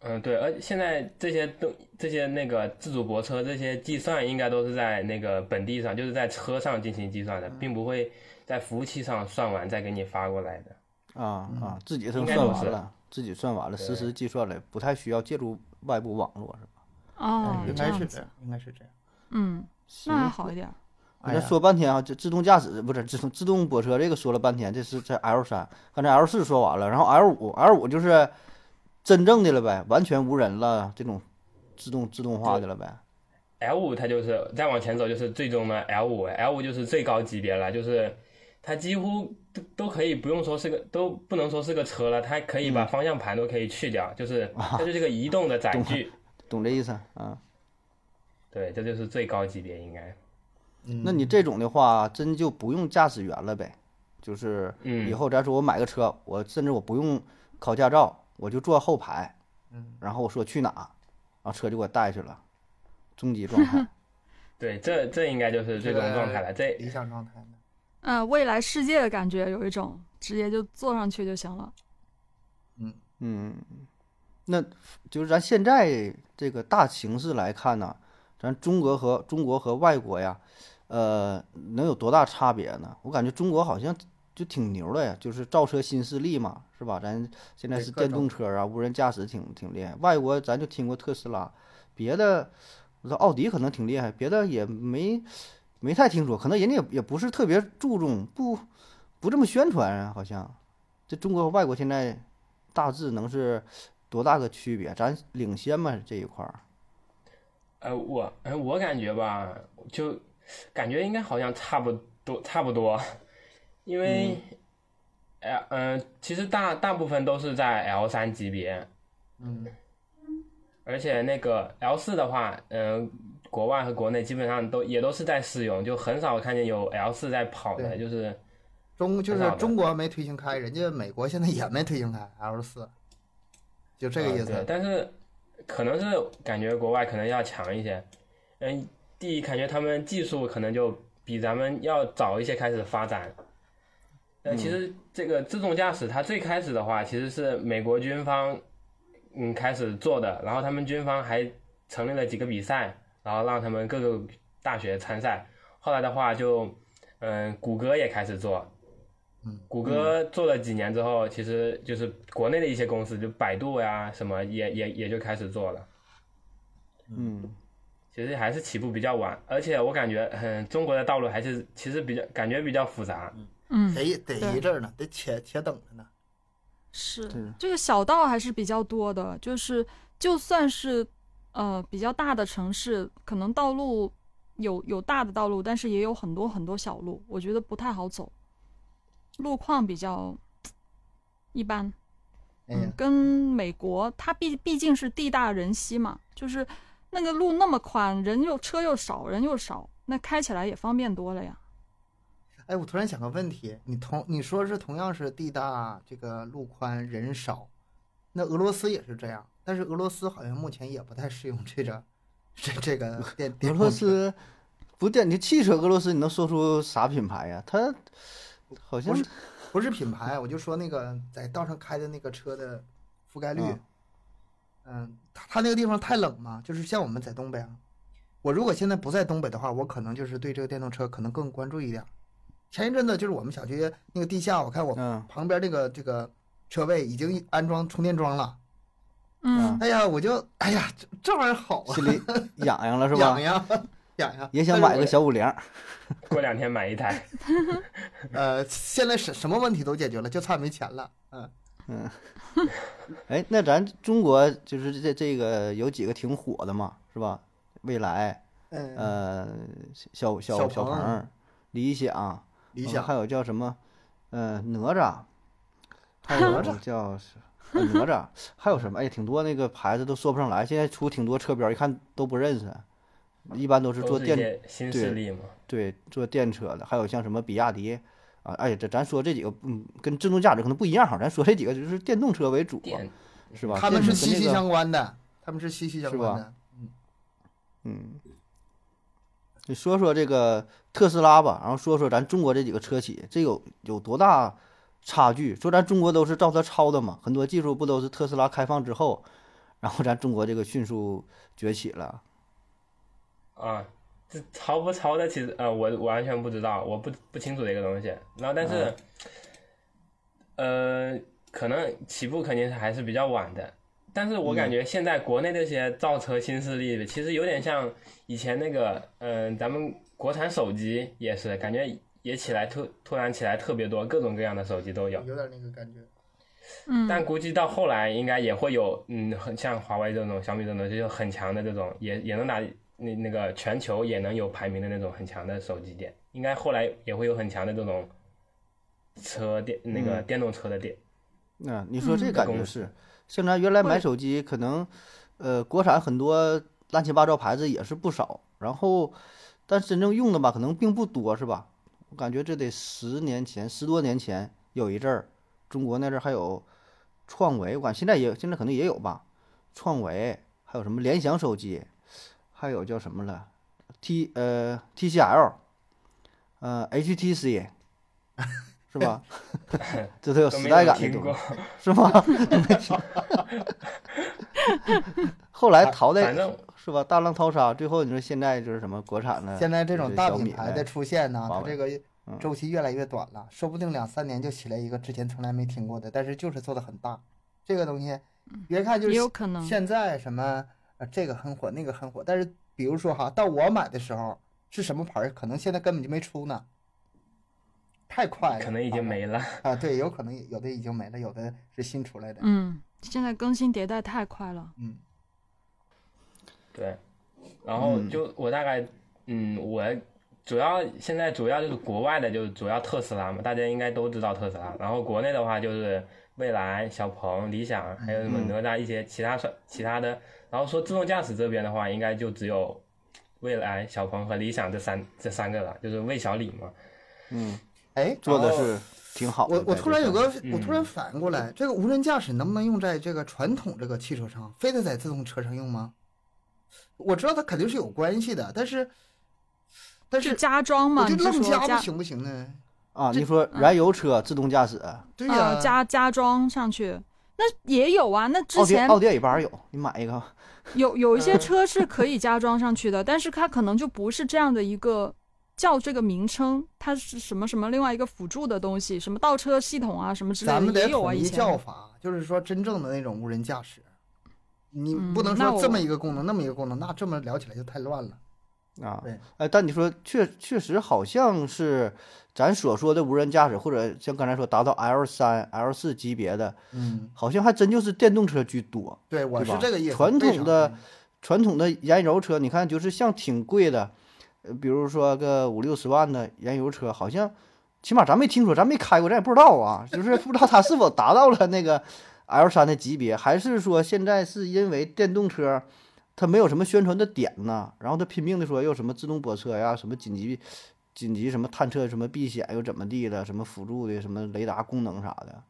E: 嗯，对，而现在这些东这些那个自主泊车这些计算，应该都是在那个本地上，就是在车上进行计算的，并不会在服务器上算完再给你发过来的。
B: 啊
C: 嗯
B: 啊，自己算
E: 应该
B: 算
E: 都
B: 完
E: 是
B: 了，自己算完了，实时计算了，不太需要借助外部网络是吧？
D: 哦，
C: 应
D: 这
C: 该
D: 样
C: 是这
D: 子
C: 样，，应该是这样。
D: 嗯，那还好一点儿。
B: 你
C: 哎
B: 这
C: 呀，
B: 说半天啊，这自动驾驶不是自动自动泊车这个说了半天，这是在 L 三，刚才 L 四说完了，然后 L 五 L 五就是真正的了呗，完全无人了，这种自动自动化的了呗。
E: L 五它就是再往前走就是最终的 L 五，L 五就是最高级别了，就是它几乎都都可以不用说是个都不能说是个车了，它可以把方向盘都可以去掉，就是它就是个移动的载具。
B: 懂这意思啊？
E: 对，这就是最高级别应该。
C: 嗯
B: 那你这种的话，真就不用驾驶员了呗？就是以后咱说我买个车，我甚至我不用考驾照，我就坐后排，然后我说去哪，然后车就给我带去了，终极状态。
E: 对，这这应该就是最终状态了。这
C: 理想状态呢？
D: 嗯、未来世界的感觉有一种，直接就坐上去就行了。
B: 嗯，那就是咱现在这个大形势来看呢，咱中国和中国和外国呀，呃，能有多大差别呢？我感觉中国好像就挺牛的呀，就是造车新势力嘛，是吧？咱现在
C: 对
B: 是
C: 各
B: 电
C: 种
B: 动车啊，无人驾驶挺挺厉害。外国咱就听过特斯拉，别的我知道奥迪可能挺厉害，别的也没没太听说，可能人家也也不是特别注重，不不这么宣传啊，好像。这中国和外国现在大致能是多大个区别？咱领先吗？这一块儿？
E: 呃，我呃我感觉吧，就感觉应该好像差不多，差不多，因为，哎呀、嗯、其实大大部分都是在 L 三级别，
C: 嗯，
E: 而且那个 L 四的话，嗯、国外和国内基本上都也都是在试用，就很少看见有 L 四在跑的，
C: 对
E: 就是
C: 中就
E: 很好
C: 是
E: 的
C: 中国没推行开，人家美国现在也没推行开 L 四，就这
D: 啊
C: 个意
E: 呃对
C: 思。
E: 但是可能是感觉国外可能要强一些，嗯、第一感觉他们技术可能就比咱们要早一些开始发展。但其
C: 嗯
E: 实这个自动驾驶它最开始的话，其实是美国军方嗯开始做的，然后他们军方还成立了几个比赛，然后让他们各个大学参赛。后来的话就，嗯，谷歌也开始做，
C: 嗯，
E: 谷歌做了几年之后，其实就是国内的一些公司，就百度呀什么也也也就开始做了。
B: 嗯，
E: 其实还是起步比较晚，而且我感觉，嗯，中国的道路还是其实比较感觉比较复杂。
D: 嗯，
C: 得得
D: 对
C: 一阵儿呢，得且且等着呢。
D: 是
B: 对
D: 这个小道还是比较多的，就是就算是呃比较大的城市，可能道路有有大的道路，但是也有很多很多小路，我觉得不太好走，路况比较一般。嗯
C: 哎呀，
D: 跟美国，它毕毕竟是地大人稀嘛，就是那个路那么宽，人又车又少，人又少，那开起来也方便多了呀。
C: 哎，我突然想个问题，你同你说是同样是地大，这个路宽人少，那俄罗斯也是这样，但是俄罗斯好像目前也不太适用这个这这个电
B: 俄
C: 电
B: 罗
C: 动车
B: 斯不电，你汽车俄罗斯你能说出啥品牌呀？它好像
C: 不是不是品牌，我就说那个在道上开的那个车的覆盖率，
B: 嗯
C: 嗯，它它那个地方太冷嘛，就是像我们在东北啊，我如果现在不在东北的话，我可能就是对这个电动车可能更关注一点儿。前一阵子就是我们小区那个地下，我看我
B: 嗯
C: 旁边那个这个车位已经安装充电桩了，
D: 嗯，
C: 哎呀，我就哎呀，这这玩意儿好啊，
B: 心里痒痒 了是吧
C: 痒？痒痒痒，
B: 也想
C: 但是
B: 买
C: 我
B: 个小五菱。
E: 过两天买一台，
C: 呃，现在什什么问题都解决了，就差没钱了，嗯。
B: 哎，那咱中国就是这这个有几个挺火的嘛，是吧？蔚来，
C: 嗯，
B: 呃，小小
C: 小
B: 小
C: 鹏
B: 鹏、理想，
C: 理
B: 嗯
C: 想
B: 还有叫什么，呃，哪 吒，还
C: 哪
B: 有
C: 吒
B: 叫是呃哪吒，还有什 么？哎，挺多那个牌子都说不上来，现在出挺多车标，一看都不认识，一般都是
E: 都
B: 做
E: 是一
B: 电
E: 些新势力嘛。
B: 对做电车的，还有像什么比亚迪啊，哎，这咱说这几个，嗯，跟自动驾驶可能不一样哈，咱说这几个就是电动车为主，
E: 电
B: 是吧？
C: 他们是
B: 电动
C: 息
B: 跟
C: 息
B: 这个
C: 相关的，他们是息息相
B: 是
C: 关
B: 吧
C: 的。
B: 嗯，你说说这个特斯拉吧，然后说说咱中国这几个车企，这有有多大差距？说咱中国都是照它抄的嘛，很多技术不都是特斯拉开放之后，然后咱中国这个迅速崛起了？
E: 啊，这潮不潮的，其实呃，我我完全不知道，我不不清楚的一个东西。然后，但是，呃，可能起步肯定是还是比较晚的。但是我感觉现在国内这些造车新势力，其实有点像以前那个，嗯、咱们国产手机也是，感觉也起来突突然起来特别多，各种各样的手机都有。
C: 有点那个感觉。
D: 嗯，
E: 但估计到后来应该也会有，嗯，很像华为这种、小米这种东西，就是很强的这种，也也能拿那那个全球也能有排名的那种很强的手机店，应该后来也会有很强的这种车电那个电动车的店。
B: 那、啊你说这
D: 嗯
B: 感
E: 公
B: 觉
E: 司
B: 是，像咱原来买
D: 会
B: 手机，可能呃国产很多乱七八糟牌子也是不少，然后但真正用的吧，可能并不多，是吧？我感觉这得十年前、十多年前有一阵儿，中国那阵儿还有创维，我感觉现在也现在可能也有吧，创维还有什么联想手机，还有叫什么了，T 呃 TCL，呃 HTC，是吧？ 这都有
E: 都
B: 时
E: 没
B: 代
E: 有
B: 感的
E: 听
B: 东西
E: 过。
B: 是吗？ 后来淘汰
E: 反正
B: 是吧？大浪淘沙，最后你说现在就是什么国产的，
C: 现在这种大
B: 哎小米
C: 品牌
B: 呗
C: 的出现呢，
B: 华
C: 它
B: 为
C: 这个
B: 嗯
C: 周期越来越短了，说不定两三年就起来一个之前从来没听过的，但是就是做的很大。这个东西，别看就
D: 嗯也有
C: 是
D: 可能。
C: 现在什么呃这个很火，那个很火，但是比如说哈，到我买的时候是什么牌儿，可能现在根本就没出呢，太快了，
E: 可能已经没了。
C: 啊，对，有可能有的已经没了，有的是新出来的。
D: 嗯，现在更新迭代太快了。
C: 嗯，
E: 对，然后就我大概，嗯，我主要现在主要就是国外的，就是主要特斯拉嘛，大家应该都知道特斯拉。然后国内的话就是蔚来、小鹏、理想，还有什么哪吒一些其他算其他的。然后说自动驾驶这边的话，应该就只有蔚来、小鹏和理想这三这三个了，就是魏小李嘛。
B: 嗯，
C: 哎，
B: 做的
E: 然后
B: 是挺好的
C: 我
B: 在这
C: 我
B: 上面。
C: 突然有个，我突然
E: 嗯
C: 反应过来，这个无人驾驶能不能用在这个传统这个汽车上，非得在自动车上用吗？我知道它肯定是有关系的，但是，但
D: 就是加装
C: 我
D: 嘛，
C: 就
D: 你是
C: 愣
D: 说
C: 加不
D: 加
C: 行不行呢？
B: 啊，
C: 这
B: 你说燃油车自动驾驶，
C: 对呀、
D: 呃加加装上去？那也有啊，那之
B: 奥迪
D: 前
B: 奥迪 A 八有，你买一个吧。
D: 有有一些
E: 嗯
D: 车是可以加装上去的，但是它可能就不是这样的一个叫这个名称，它是什么什么另外一个辅助的东西，什么倒车系统啊什么之
C: 咱
D: 类
C: 们
D: 的
C: 得
D: 也有啊，
C: 统
D: 以
C: 一
D: 前
C: 叫法，就是说真正的那种无人驾驶，你
D: 嗯
C: 不能
D: 那
C: 说
D: 我
C: 这么一个功能，那么一个功能，那这么聊起来就太乱了。
B: 啊
C: 对，
B: 哎，但你说确确实好像是咱所说的无人驾驶，或者像刚才说达到 L 三、L 四级别的，
C: 嗯，
B: 好像还真就是电动车居多。
C: 对，我
B: 对
C: 是
B: 吧
C: 这个意思。
B: 传
C: 为
B: 统
C: 啥
B: 的
C: 呢，
B: 传统的燃油车，你看就是像挺贵的，呃，比如说个五六十万的燃油车，好像起码咱没听说，咱没开过，咱也不知道啊，就是不知道它是否达到了那个 L 三的级别，还是说现在是因为电动车它没有什么宣传的点呢？然后他拼命的说又什么自动泊车呀，什么紧急紧急什么探测什么避险又怎么地的，什么辅助的什么雷达功能啥的，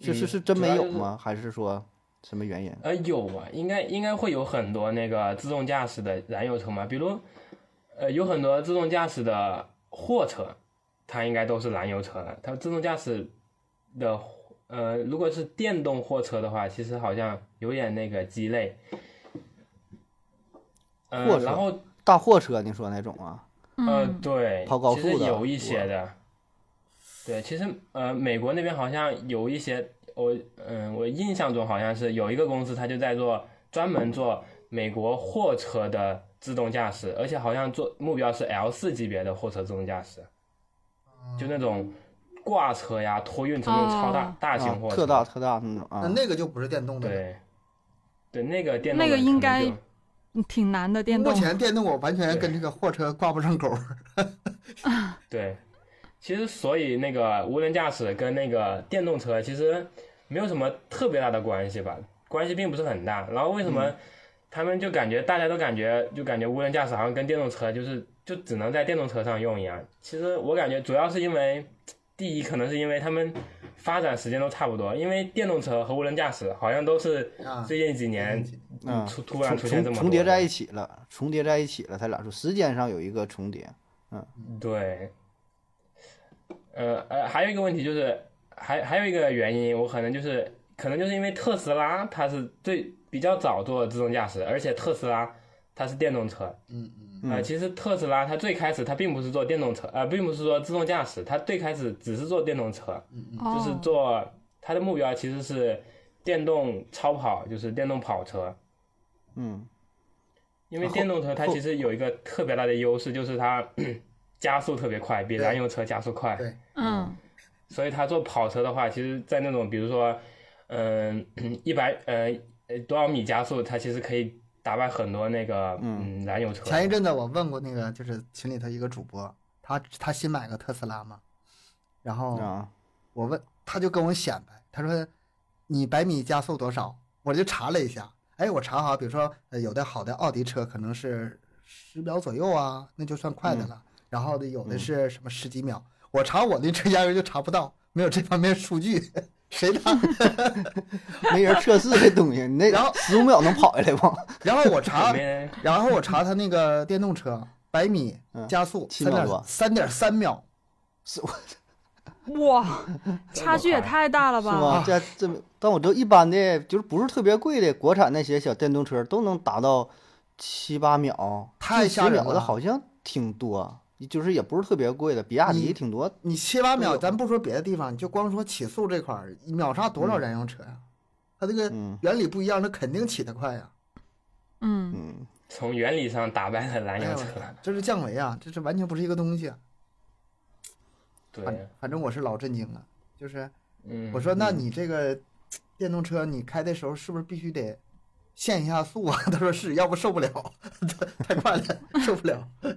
B: 是是
E: 嗯
B: 是真
E: 主
B: 没
E: 要
B: 有
E: 就是
B: 吗？还是说什么原因？
E: 呃，有吧，应该应该会有很多那个自动驾驶的燃油车嘛，比如，呃，有很多自动驾驶的货车，它应该都是燃油车了。它自动驾驶的，呃，如果是电动货车的话，其实好像有点那个鸡肋。嗯、
B: 货
E: 呃，
B: 车
E: 然后
B: 大货车你说那种啊？
E: 呃，
D: 嗯，
E: 对，
B: 跑高
E: 其
B: 速
E: 实
B: 的啊
E: 有一些的，对，其实呃，美国那边好像有一些，我嗯、我印象中好像是有一个公司，它就在做专门做美国货车的自动驾驶，而且好像做目标是 L 四级别的货车自动驾驶，
B: 嗯
E: 就那种挂车呀、托运车那种超大、
D: 哦
E: 大型
B: 啊
E: 货车，
B: 特大特大那种
C: 那
B: 啊。
C: 那个就不是电动的了。
E: 对，对，那个电
D: 那
E: 动
D: 个
E: 的可
D: 应
E: 能
D: 该
E: 就
D: 挺难的电
C: 目
D: 动。
C: 前电动我完全
E: 对
C: 跟这个货车挂不上钩儿。
E: 对，其实所以那个无人驾驶跟那个电动车其实没有什么特别大的关系吧，关系并不是很大。然后为什么他们就感觉大家都感觉就感觉无人驾驶好像跟电动车就是就只能在电动车上用一样？其实我感觉主要是因为第一可能是因为他们发展时间都差不多，因为电动车和无人驾驶好像都是
C: 啊
E: 最近几年
B: 嗯，
E: 突突然
B: 重
E: 出现这
B: 重
E: 么
B: 重叠
E: 多
B: 在一起了，重叠在一起了，他俩说时间上有一个重叠。
E: 对，呃呃，还有一个问题就是，还还有一个原因，我可能就是可能就是因为特斯拉它是最比较早做自动驾驶，而且特斯拉它是电动车。
C: 嗯嗯
E: 啊、其实特斯拉它最开始它并不是做电动车，呃，并不是说自动驾驶，它最开始只是做电动车，
C: 嗯
D: 哦，
E: 嗯就是做它的目标其实是电动超跑，就是电动跑车。
B: 嗯，
E: 因
C: 哦
E: 为
B: 后
E: 电动车它
B: 后
E: 其实有一个特别大的优势，就是它 加速特别快，比
C: 对
E: 燃油车加速快。
C: 对
D: 嗯
E: 所以它做跑车的话，其实，在那种比如说，嗯、一百呃呃多少米加速，它其实可以打败很多那个嗯燃油车。
C: 前一阵子我问过那个，就是群里头一个主播，他他新买个特斯拉嘛，然后
B: 啊，
C: 我问他就跟我显摆，他说你百米加速多少？我就查了一下，哎，我查好，比如说呃有的好的奥迪车可能是十秒左右啊，那就算快的
B: 嗯
C: 了。然后的有的是什么十几秒，我查我那车压根就查不到，没有这方面数据，谁拿
B: 没人测试这东西，你那
C: 然后
B: 十五秒能跑下来吗？
C: 然后我查
E: 里，面
C: 然后我查他那个电动车百米
B: 嗯
C: 加速
B: 七
C: 三
B: 秒
C: 点
B: 多
C: 三点三秒，
E: 嗯
D: 哇， 差距也太大了
B: 是
D: 吧？嗯
B: 吗？这这，但我知道一般的，就是不是特别贵的，国产那些小电动车都能达到七八秒，
C: 太
B: 近
C: 吓
B: 十
C: 人
B: 秒的
C: 了
B: 好像挺多，就是也不是特别贵的，比亚迪
C: 你
B: 挺多。
C: 你七八
B: 都
C: 秒，
B: 有
C: 咱不说别的地方，你就光说起速这块儿，秒杀多少燃油车呀、它这个
B: 嗯
C: 原理不一样，它肯定起得快呀、
D: 嗯，
B: 嗯，
E: 从原理上打败了燃
C: 哎
E: 油
C: 呀，
E: 车。
C: 这是降维啊，这是完全不是一个东西、啊。
E: 对，
C: 反反正我是老震惊了，就是
E: 嗯，
C: 啊我说，那你这个电动车，你开的时候是不是必须得限一下速啊？ 他说是，要不受不了， 太快了，受不了。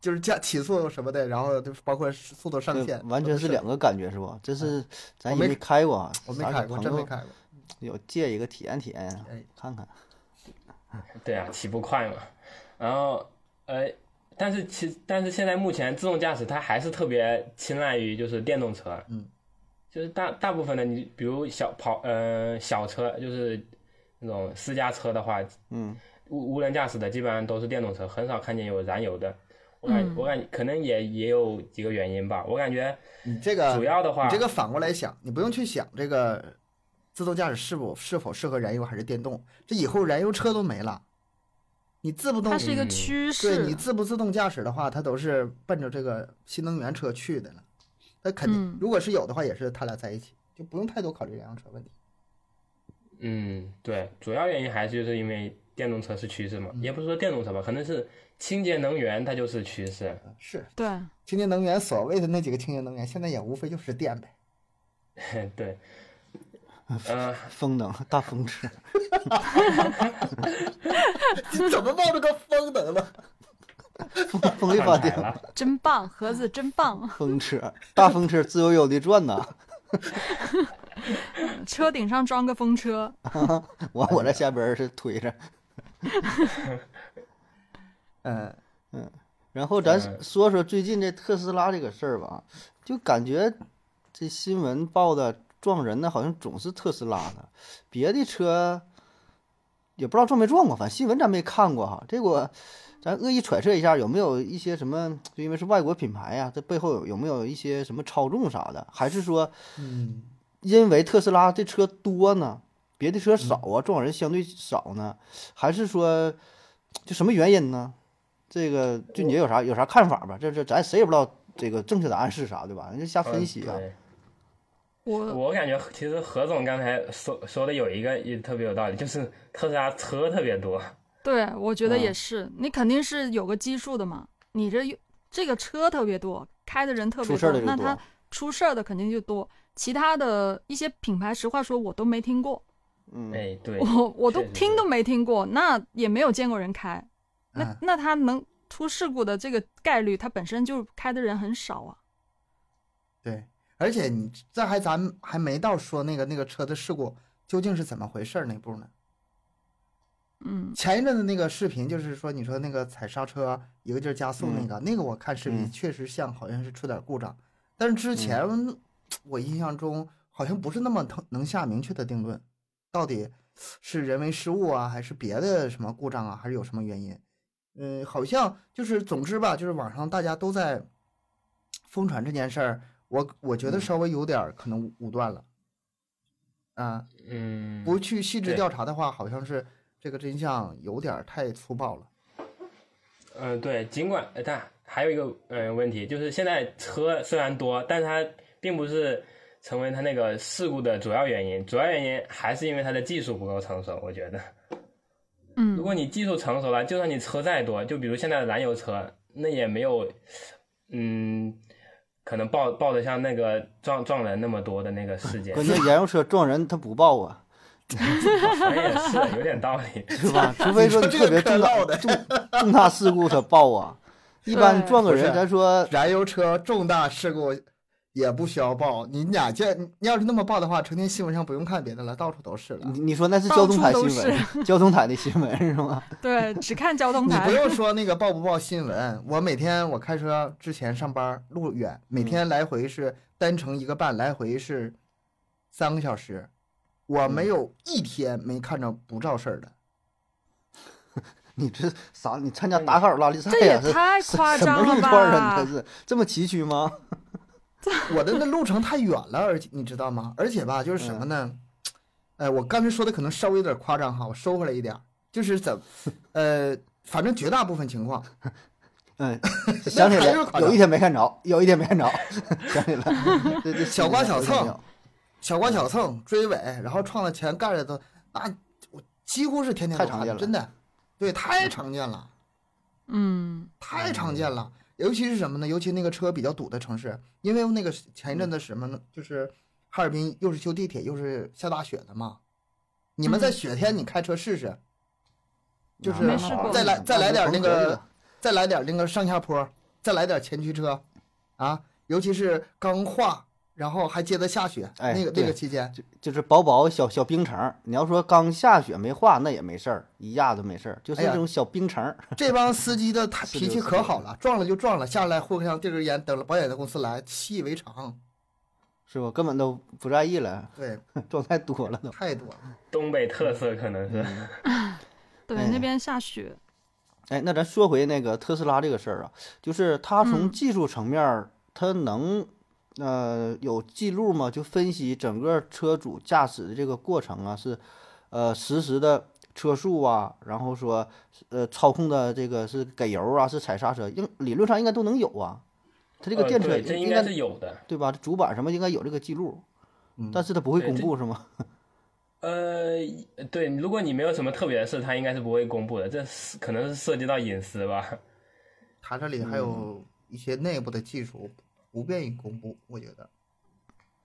C: 就是加起速什么的，然后就包括速度上
B: 这
C: 限，
B: 完全是两
C: 个。
B: 个感觉是吧？这是咱
C: 我
B: 也
C: 没
B: 没开过啊，
C: 哎我没
B: 啥时候
C: 开过，
B: 朋
C: 真没
B: 友
C: 开过。
B: 有借一个体验体验啊
C: 哎，
B: 看看。
E: 对啊，起步快嘛。然后呃，但是其但是现在目前自动驾驶它还是特别青睐于就是电动车，
C: 嗯，
E: 就是大大部分的你比如小跑呃小车就是那种私家车的话，
B: 嗯，
E: 无无人驾驶的基本上都是电动车，很少看见有燃油的。我感、
D: 嗯
E: 我感可能也也有几个原因吧，我感觉
C: 你这
B: 呃
C: 个
E: 主要的话，
C: 你这个反过来想，你不用去想这个自动驾驶是否是否适合燃油还是电动，这以后燃油车都没了。你自不动
D: 它，是一个
E: 嗯
D: 趋势
C: 对。你自不自动驾驶的话，它都是奔着这个新能源车去的了。那肯定
D: 嗯，
C: 如果是有的话，也是他俩在一起，就不用太多考虑燃油车问题。
E: 嗯，对，主要原因还是就是因为电动车是趋势嘛，
D: 嗯
E: 也不是说电动车吧，可能是清洁能源它就是趋势。
C: 啊是
D: 对，
C: 清洁能源，所谓的那几个清洁能源，现在也无非就是电呗。
E: 对，
B: 啊
E: 呃，
B: 风能 大风车，
C: 你怎么冒这个风能了？
B: 风风力发
E: 看台
B: 电，
E: 了，
D: 真棒，盒子真棒，
B: 风车大风车自由悠的转呐。
D: 车顶上装个风车，
B: 我我
E: 哎
B: 在下边儿是推着。
C: 嗯，
B: 然后咱
E: 嗯
B: 说说最近这特斯拉这个事儿吧，就感觉这新闻报的撞人的好像总是特斯拉的，别的车也不知道撞没撞过，反正新闻咱没看过哈。这个咱恶意揣测一下，有没有一些什么，就因为是外国品牌呀、这背后有有没有一些什么操纵啥的，还是说
C: 嗯，
B: 因为特斯拉这车多呢，别的车少啊，撞人相对少呢，还是说就什么原因呢？这个俊杰有啥有啥看法吧？这这咱谁也不知道这个正确答案是啥，对吧？人家瞎分析啊
E: 呃。对
D: 我
E: 我感觉其实何总刚才说说的有一个也特别有道理，就是特斯拉车特别多。
D: 对我觉得也
B: 嗯
D: 是，你肯定是有个基数的嘛，你这这个车特别多，开的人特别
B: 出事儿
D: 多
B: 的，就
D: 那
B: 多
D: 它出事儿的肯定就多。其他的一些品牌，实话说，我都没听过，
B: 嗯，
E: 哎，对，
D: 我我都
E: 确实
D: 听
E: 是
D: 都没听过，那也没有见过人开，那
C: 嗯
D: 那它能出事故的这个概率，它本身就开的人很少啊。
C: 对，而且你这还咱还没到说那个那个车的事故究竟是怎么回事儿那步呢。
D: 嗯
C: 前一阵子那个视频，就是说你说那个踩刹车一个劲儿加速那个，那个我看视频
B: 嗯
C: 确实像好像是出点故障，但是之前我印象中好像不是那么能能下明确的定论，到底是人为失误啊，还是别的什么故障啊，还是有什么原因？嗯，好像就是总之吧，就是网上大家都在疯传这件事儿，我我觉
B: 嗯
C: 得稍微有点儿可能武断了，啊，
E: 嗯，
C: 不去细致
E: 对
C: 调查的话，好像是这个真相有点儿太粗暴了。
E: 嗯、对，尽管呃但还有一个呃问题，就是现在车虽然多，但是它并不是成为它那个事故的主要原因，主要原因还是因为它的技术不够成熟。我觉得，如
D: 嗯，
E: 果你技术成熟了，就算你车再多，就比如现在的燃油车，那也没有，嗯，可能爆爆的像那个撞撞人那么多的那个事件。
B: 关 键燃油车撞人它不爆啊，
E: 好像也是有点道理。
B: 对吧？除非说你特别重大
C: 你说
B: 重重大事故它爆 啊，一般
D: 对
B: 撞个
C: 不
B: 人，
C: 是
B: 咱说
C: 燃油车重大事故也不需要报，你俩这你要是那么报的话，成天新闻上不用看别的了，到处都是了。
B: 你你说那是
D: 到
B: 交通
D: 处
B: 台
D: 都
B: 新闻，交通台的新闻是吗？
D: 对，只看交通
C: 你
D: 台
C: 不。用说那个报不报新闻，我每天我开车之前上班路远，每天来回是单程一个半，来回是三个小时，我没有一天没看着不照事儿的。
B: 你这啥？你参加打卡拉力赛
D: 哎这也
B: 呀？是
D: 太
B: 什
D: 夸张
B: 什么
D: 了
B: 一串儿啊？
D: 吧
B: 你这是这么崎岖吗？
C: 我的那路程太远了，而且你知道吗？而且吧，就是什么呢？
B: 嗯
C: 呃，我刚才说的可能稍微有点夸张哈，我收回来一点儿，就是怎，呃，反正绝大部分情况，
B: 嗯，想起
C: 还是
B: 来
C: 夸张
B: 有一天没看着，有一天没看着， 想 起来，这这
C: 小刮小蹭
B: 有一天没有，
C: 小刮小蹭、追尾，然后撞到前盖的都，那、我几乎是天天都
B: 太常
C: 看
B: 见
C: 见，
B: 了
C: 真的，对，太常见了，
D: 嗯，
C: 太常见了。尤其是什么呢？尤其那个车比较堵的城市，因为那个前一阵
B: 嗯
C: 子什么呢？就是哈尔滨又是修地铁又是下大雪的嘛。你们在
D: 嗯
C: 雪天你开车试试，就是
D: 没
B: 啊
D: 试过
C: 再来再来点那
B: 甭合计
C: 个
B: 了，
C: 再来点那个上下坡，再来点前驱车，啊，尤其是刚化，然后还接着下雪，
B: 哎
C: 那个
B: 对
C: 那个期间，
B: 就就是薄薄小小冰层。你要说刚下雪没化，那也没事儿，一压都没事儿，就是
C: 哎呀
B: 那种小冰层。
C: 这帮司机的他
B: 是
C: 脾气
B: 就是
C: 可好了，撞了就撞了，下来互相递根烟，等了保险公司来，习以为常。
B: 是吧？根本都不在意了，
C: 对，啊
B: 撞太多了都。
C: 太多
B: 嗯
C: 了。
E: 东北特色可能是，
D: 对
B: 哎，
D: 那边下雪。
B: 哎，那咱说回那个特斯拉这个事儿啊，就是它从
D: 嗯
B: 技术层面儿，它能呃有记录吗？就分析整个车主驾驶的这个过程啊，是呃实时的车速啊，然后说呃操控的这个是给油啊，是踩刹车，应理论上应该都能有啊。它这个
E: 呃
B: 电车
E: 对这应
B: 应
E: 该
B: 该
E: 是有的。
B: 对吧？主板什么应该有这个记录，
C: 嗯，
B: 但是它不会
E: 对
B: 公
E: 这
B: 布是吗？
E: 呃，对，如果你没有什么特别的事，他应该是不会公布的，这是可能是涉及到隐私吧。
C: 他这里还有一些内部的技术不便于公布，我觉得。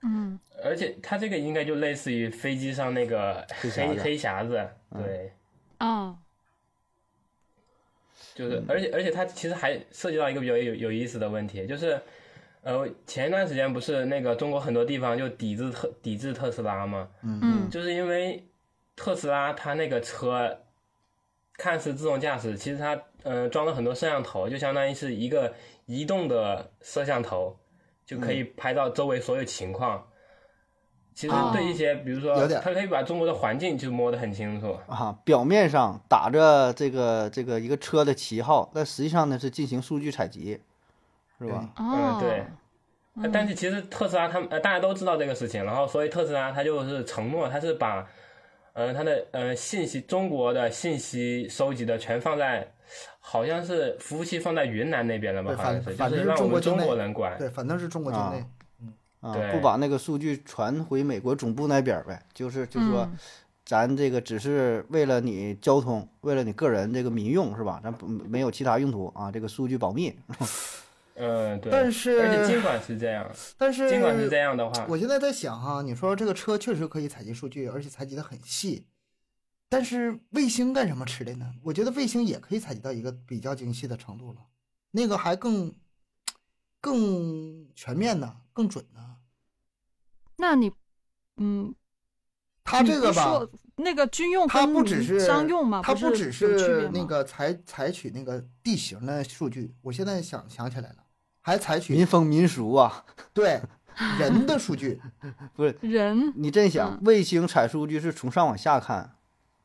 D: 嗯，
E: 而且他这个应该就类似于飞机上那个
B: 黑匣
E: 黑
B: 子嗯
E: 黑匣子，对，
D: 啊，
E: 就是，
B: 嗯
E: 而且而且它其实还涉及到一个比较有有意思的问题，就是，呃，前一段时间不是那个中国很多地方就抵制特抵制特斯拉吗？
D: 嗯
E: 就是因为特斯拉它那个车看似自动驾驶，其实它呃装了很多摄像头，就相当于是一个移动的摄像头，就可
C: 嗯
E: 以拍到周围所有情况。其实对一些，比如说
C: 哦有，点
E: 它可以把中国的环境就摸得很清楚。
B: 啊，表面上打着这个这个一个车的旗号，但实际上呢是进行数据采集，是
C: 嗯
B: 吧？
D: 哦，
E: 对
D: 嗯
E: 呃但是其实特斯拉他们呃大家都知道这个事情，然后所以特斯拉它就是承诺，它是把呃它的呃信息中国的信息收集的全放在好像是服务器放在云南那边了吧
C: 对，
E: 好像
C: 反
E: 是
C: 反
E: 就
C: 正
E: 是
C: 是
E: 让
C: 中国
E: 我们
C: 境
E: 中
C: 内
E: 国人管。
C: 对，反正是中国境内
B: 啊。啊，
E: 对
B: 不把那个数据传回美国总部那边儿呗，就是就说
D: 嗯
B: 咱这个只是为了你交通，为了你个人这个民用是吧？咱不没有其他用途啊，这个数据保密。
E: 嗯，对。
C: 但是
E: 而且尽管是这样，
C: 但是
E: 尽管是这样的话，
C: 我现在在想哈，你说这个车确实可以采集数据，而且采集的很细，但是卫星干什么吃的呢？我觉得卫星也可以采集到一个比较精细的程度了，那个还更更全面呢，更准呢。
D: 那你，嗯，
C: 它啊这个
D: 你不
C: 吧
D: 说，那个军用
C: 它
D: 跟
C: 不只是
D: 商用嘛，
C: 它
D: 不
C: 只
D: 有区别
C: 是
D: 吗
C: 那个采采取那个地形的数据，我现在想想起来了，还采取
B: 民风民俗啊，
C: 对人的数据，
D: 人，
B: 你真想
D: 嗯
B: 卫星采数据是从上往下看，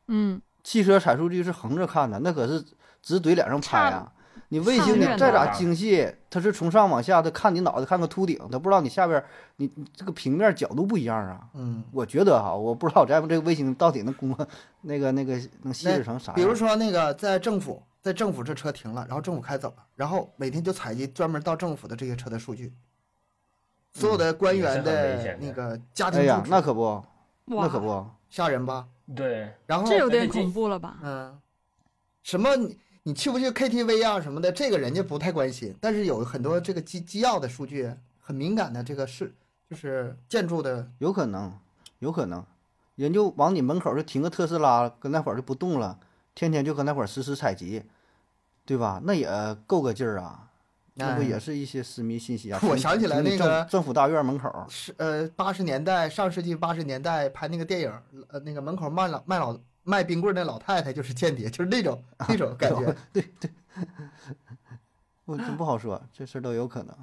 D: 嗯，
B: 汽车采数据是横着看的，那可是直怼脸上拍
D: 差
B: 啊。你卫星你
D: 上远
B: 再
D: 的
B: 咋精细，它是从上往下，它看你脑袋看个秃顶，它不知道你下边儿你你这个平面角度不一样啊。
C: 嗯，
B: 我觉得哈，我不知道咱们这个卫星到底能工 那个那个能细致成啥样。
C: 比如说那个在政府，在政府这车停了，然后政府开走了，然后每天就采集专门到政府的这些车的数据，所有的官
E: 嗯也是
C: 员
E: 很危
C: 的
E: 险的
C: 那个家庭
B: 哎呀
C: 住，址，
B: 那可不，
D: 哇
B: 那可，不，
C: 吓人吧？
E: 对，
C: 然后
D: 这有
E: 但
D: 点
E: 是这
D: 恐怖了吧？
C: 嗯，什么你你去不去 KTV 啊什么的，这个人家不太关心，但是有很多这个机机要的数据很敏感的，这个是就是建筑的，
B: 有可能，有可能，人就往你门口就停个特斯拉，搁那会儿就不动了，天天就搁那会儿实时采集，对吧？那也够个劲儿啊，那不
C: 哎
B: 也是一些私密信息啊？
C: 我
B: 停
C: 想起来
B: 停你
C: 那
B: 政
C: 个
B: 政府大院门口，
C: 是呃八十年代上世纪八十年代拍那个电影，呃那个门口卖老卖老卖冰棍儿那老太太就是间谍，就是那种那种感觉。
B: 我真不好说，这事儿都有可能。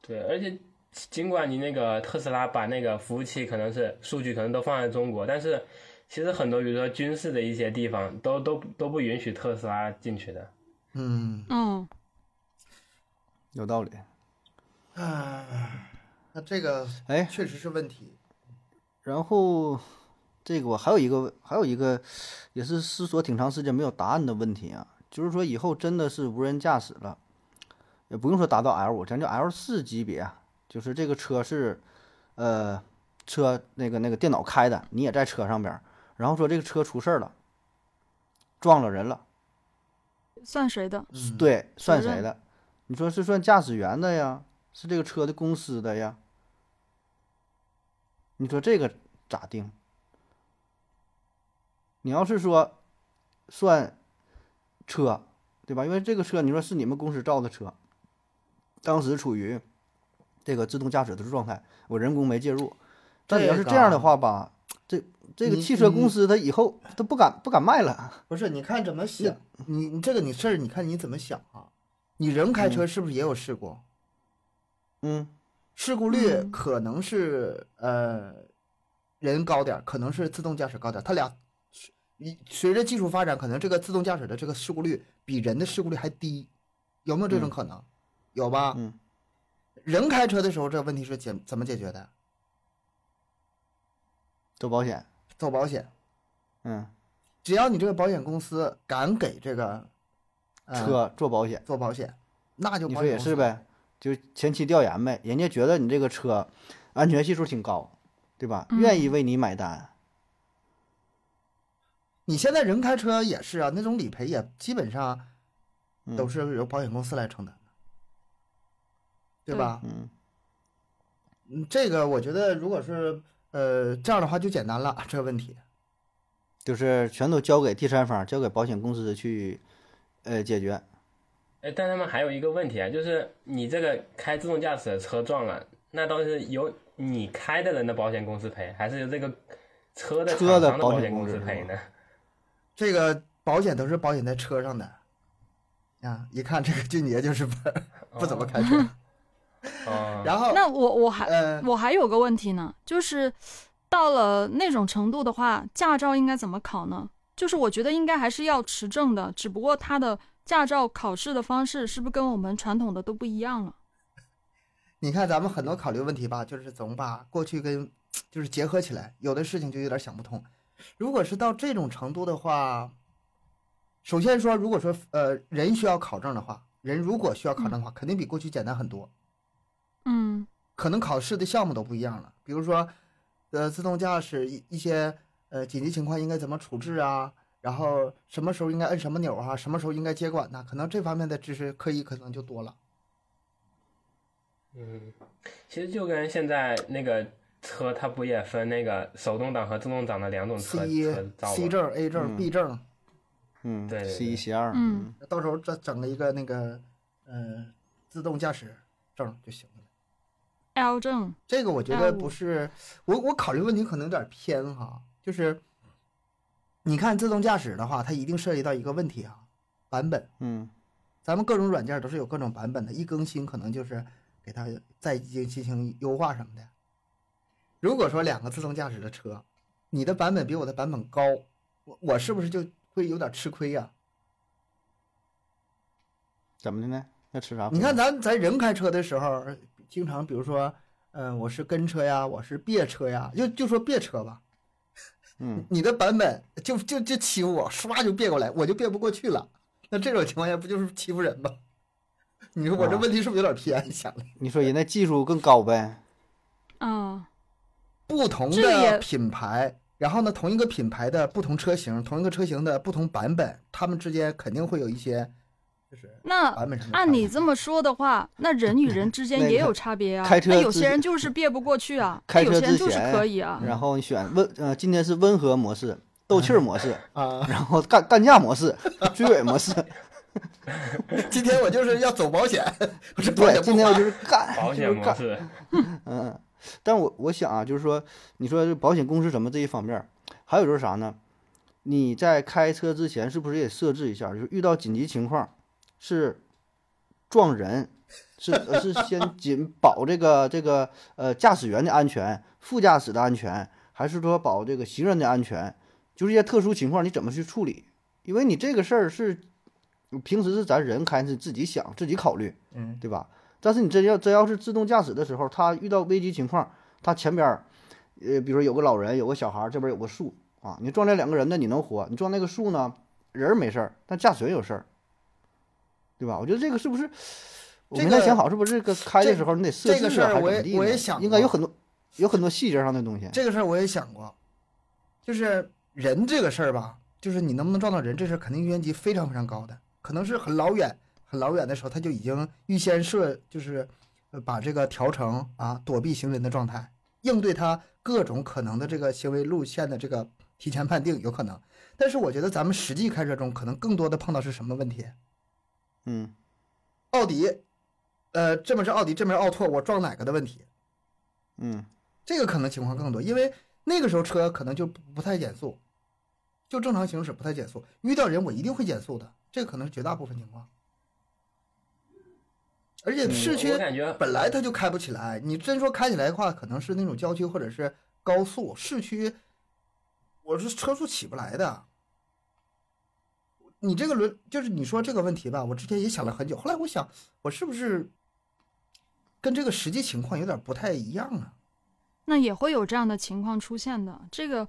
E: 对，而且尽管你那个特斯拉把那个服务器可能是数据可能都放在中国，但是其实很多比如说军事的一些地方都都都不允许特斯拉进去的。
C: 嗯，
D: 嗯，
B: 有道理，
C: 唉那这个
B: 哎，
C: 确实是问题。
B: 然后这个我还有一个还有一个也是思索挺长时间没有答案的问题啊，就是说以后真的是无人驾驶了，也不用说达到 L 五，咱就 L 四级别啊，就是这个车是呃车那个那个电脑开的，你也在车上边儿，然后说这个车出事儿了，撞了人了，
D: 算谁的？
C: 嗯，，
B: 对，算
D: 责
B: 谁
D: 任
B: 的？你说是算驾驶员的呀，是这个车的公司的呀？你说这个咋定？你要是说算车，对吧？因为这个车你说是你们公司造的车，当时处于这个自动驾驶的状态，我人工没介入。但你要是这样的话吧，这这个
C: 你
B: 汽车公
C: 你
B: 司它以后它不敢不敢卖了。
C: 不是你看怎么想，你你这个你事儿，你看你怎么想啊？你人开车是不是也有事故？
B: 嗯，
C: 事故率
D: 嗯
C: 可能是呃人高点儿，可能是自动驾驶高点儿，它俩随一随着技术发展，可能这个自动驾驶的这个事故率比人的事故率还低，有没有这种
B: 嗯
C: 可能？有吧？
B: 嗯
C: 人开车的时候，这问题是解怎么解决的？
B: 走保险，
C: 走保险，
B: 嗯，
C: 只要你这个保险公司敢给这个、呃、
B: 车做保险。
C: 做保险，那就
B: 你
C: 保
B: 说
C: 险
B: 也
C: 公
B: 是
C: 司
B: 呗，就前期调研呗，人家觉得你这个车安全系数挺高，对吧？愿
C: 嗯
B: 意为你买单，
C: 你现在人开车也是啊，那种理赔也基本上都是由保险公司来承担的，对吧？
B: 嗯
C: 嗯，这个我觉得，如果是呃这样的话，就简单了这个问题。
B: 就是全都交给第三方，交给保险公司去呃解决。
E: 哎，但他们还有一个问题啊，就是你这个开自动驾驶的车撞了，那到底是由你开的人的保险公司赔，还是由这个车的
B: 车的保
E: 厂商的保
B: 险
E: 险
B: 公
E: 公
B: 司
E: 司
B: 是
E: 赔
B: 吗
E: 呢？
C: 这个保险都是保险在车上的啊，一看这个俊杰就是不不怎么开 车。
E: 哦，
C: 然后
D: 那我我还
C: 呃，
D: 我还有个问题呢，就是到了那种程度的话，驾照应该怎么考呢？就是我觉得应该还是要持证的，只不过它的驾照考试的方式是不是跟我们传统的都不一样了？
C: 你看咱们很多考虑问题吧，就是总把过去跟就是结合起来，有的事情就有点想不通。如果是到这种程度的话，首先说，如果说呃人需要考证的话，人如果需要考证的话，肯定比过去简单很多。
D: 嗯
C: 可能考试的项目都不一样了。比如说，呃，自动驾驶一一些呃紧急情况应该怎么处置啊，然后什么时候应该摁什么钮啊，什么时候应该接管呐、可能这方面的知识科一可能就多了。
E: 嗯，其实就跟现在那个车，它不也分那个手动挡和自动挡的两种车
C: C 一
E: 车造
C: C
E: 吗？
C: 证、A
B: 嗯
C: 证、B 证，
B: 嗯
E: 对对
B: ，C 一
E: 对
B: C 二，
D: 嗯，
C: 到时候再整一个那个呃自动驾驶证就行了。
D: ，L 证，
C: 这个我觉
D: 那
C: 得
D: 我
C: 不是我我考虑问题可能有点偏哈，就是你看自动驾驶的话，它一定涉及到一个问题啊，版本。
B: 嗯
C: 咱们各种软件都是有各种版本的，一更新可能就是给它再进进行优化什么的。如果说两个自动驾驶的车，你的版本比我的版本高，我我是不是就会有点吃亏呀、
B: 怎么的呢？要吃啥亏？
C: 你看咱咱人开车的时候，经常比如说，嗯，我是跟车呀，我是别车呀，就就说别车吧。
B: 嗯，
C: 你的版本就就就欺负我，唰就别过来，我就别不过去了。那这种情况下不就是欺负人吗？ 你说我这
B: 啊
C: 问题是不是有点偏？想的
B: 你说人家技术更高呗？
D: 嗯，
C: 不同
D: 这个也
C: 的品牌，然后呢，同一个品牌的不同车型，同一个车型的不同版本，他们之间肯定会有一些就是
D: 那
C: 版本上的差
D: 按你
C: 别。
D: 这么说的话，那人与人之间
B: 嗯那
D: 也
B: 个
D: 有差别啊。
B: 开车
D: 那有
B: 之
D: 些人就是别不过去啊，
B: 开
D: 那有
B: 车嗯
D: 些人
B: 之
D: 就是
B: 前
D: 可以
C: 嗯
D: 啊。
B: 然后你选温呃，今天是温和模式、斗气儿模式，
C: 啊，
B: 然后干干架模 式、追尾模式。
C: 今天我就是要走保险， 我这保
B: 对，
C: 险
B: 今
C: 不
B: 天
C: 花
B: 我就是干，就
E: 保险
B: 是
E: 模
B: 干。
E: 式，
B: 嗯，但我我想啊，就是说，你说这保险公司什么这一方面儿，还有就是啥呢？你在开车之前是不是也设置一下，就是遇到紧急情况是撞人，是呃是先紧保这个这个呃驾驶员的安全、副驾驶的安全，还是说保这个行人的安全？就是一些特殊情况，你怎么去处理？因为你这个事儿是平时是咱人开，是自己想、自己考虑，
C: 嗯，
B: 对吧？但是你真要真要是自动驾驶的时候，它遇到危机情况，它前边儿，呃，比如说有个老人，有个小孩儿，这边儿有个树啊，你撞这两个人呢，你能活；你撞那个树呢，人儿没事儿，但驾驶员有事儿，对吧？我觉得这个是不是？我
C: 这
B: 没太
C: 个
B: 想好，是不是这个开的
C: 这
B: 时候你得设
C: 这
B: 置
C: 个事
B: 啊，
C: 儿
B: 还是
C: 我
B: 怎么
C: 也
B: 地
C: 我也
B: 呢
C: 想
B: 应该有
C: 过
B: 很多有很多细节上的东西。
C: 这个事儿我也想过，就是人这个事儿吧，就是你能不能撞到人，这事儿肯定预言级非常非常高的，可能是很老远很老远的时候，他就已经预先设，就是呃把这个调成啊躲避行人的状态，应对他各种可能的这个行为路线的这个提前判定有可能。但是我觉得咱们实际开车中，可能更多的碰到是什么问题？
B: 嗯，
C: 奥迪，呃，这边是奥迪，这边是奥拓，我撞哪个的问题？
B: 嗯，
C: 这个可能情况更多，因为那个时候车可能就不不太减速，就正常行驶不太减速。遇到人我一定会减速的，这个可能是绝大部分情况。而且市区
E: 嗯我感觉
C: 本来它就开不起来，你真说开起来的话，可能是那种郊区或者是高速，市区我是车速起不来的。你这个轮就是你说这个问题吧，我之前也想了很久，后来我想，我是不是跟这个实际情况有点不太一样啊？
D: 那也会有这样的情况出现的，这个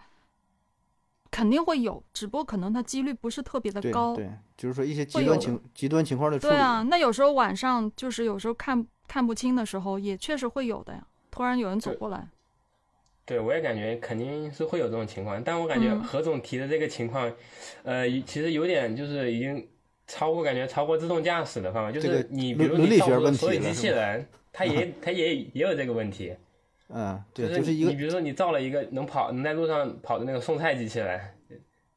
D: 肯定会有，只不过可能它几率不是特别的
B: 对
D: 高。
B: 对，就是说一些极
D: 会
B: 端
D: 有
B: 情极端情况的处理。
D: 对啊，那有时候晚上就是有时候看看不清的时候，也确实会有的呀。突然有人走
E: 对
D: 过来，
E: 对，我也感觉肯定是会有这种情况，但我感觉
D: 嗯
E: 何总提的这个情况，呃，其实有点就是已经超过感觉超过自动驾驶的范围，就
B: 这个
E: 是你比
B: 伦
E: 如
B: 伦
E: 你
B: 理
E: 造
B: 学
E: 出的
B: 问
E: 所
B: 题
E: 有
B: 了
E: 机
B: 是
E: 器
B: 吧
E: 人，它也它也也有这个问题，
B: 嗯，对，
E: 就
B: 就是是一个
E: 你比如说你造了一个能跑能在路上跑的那个送菜机器人，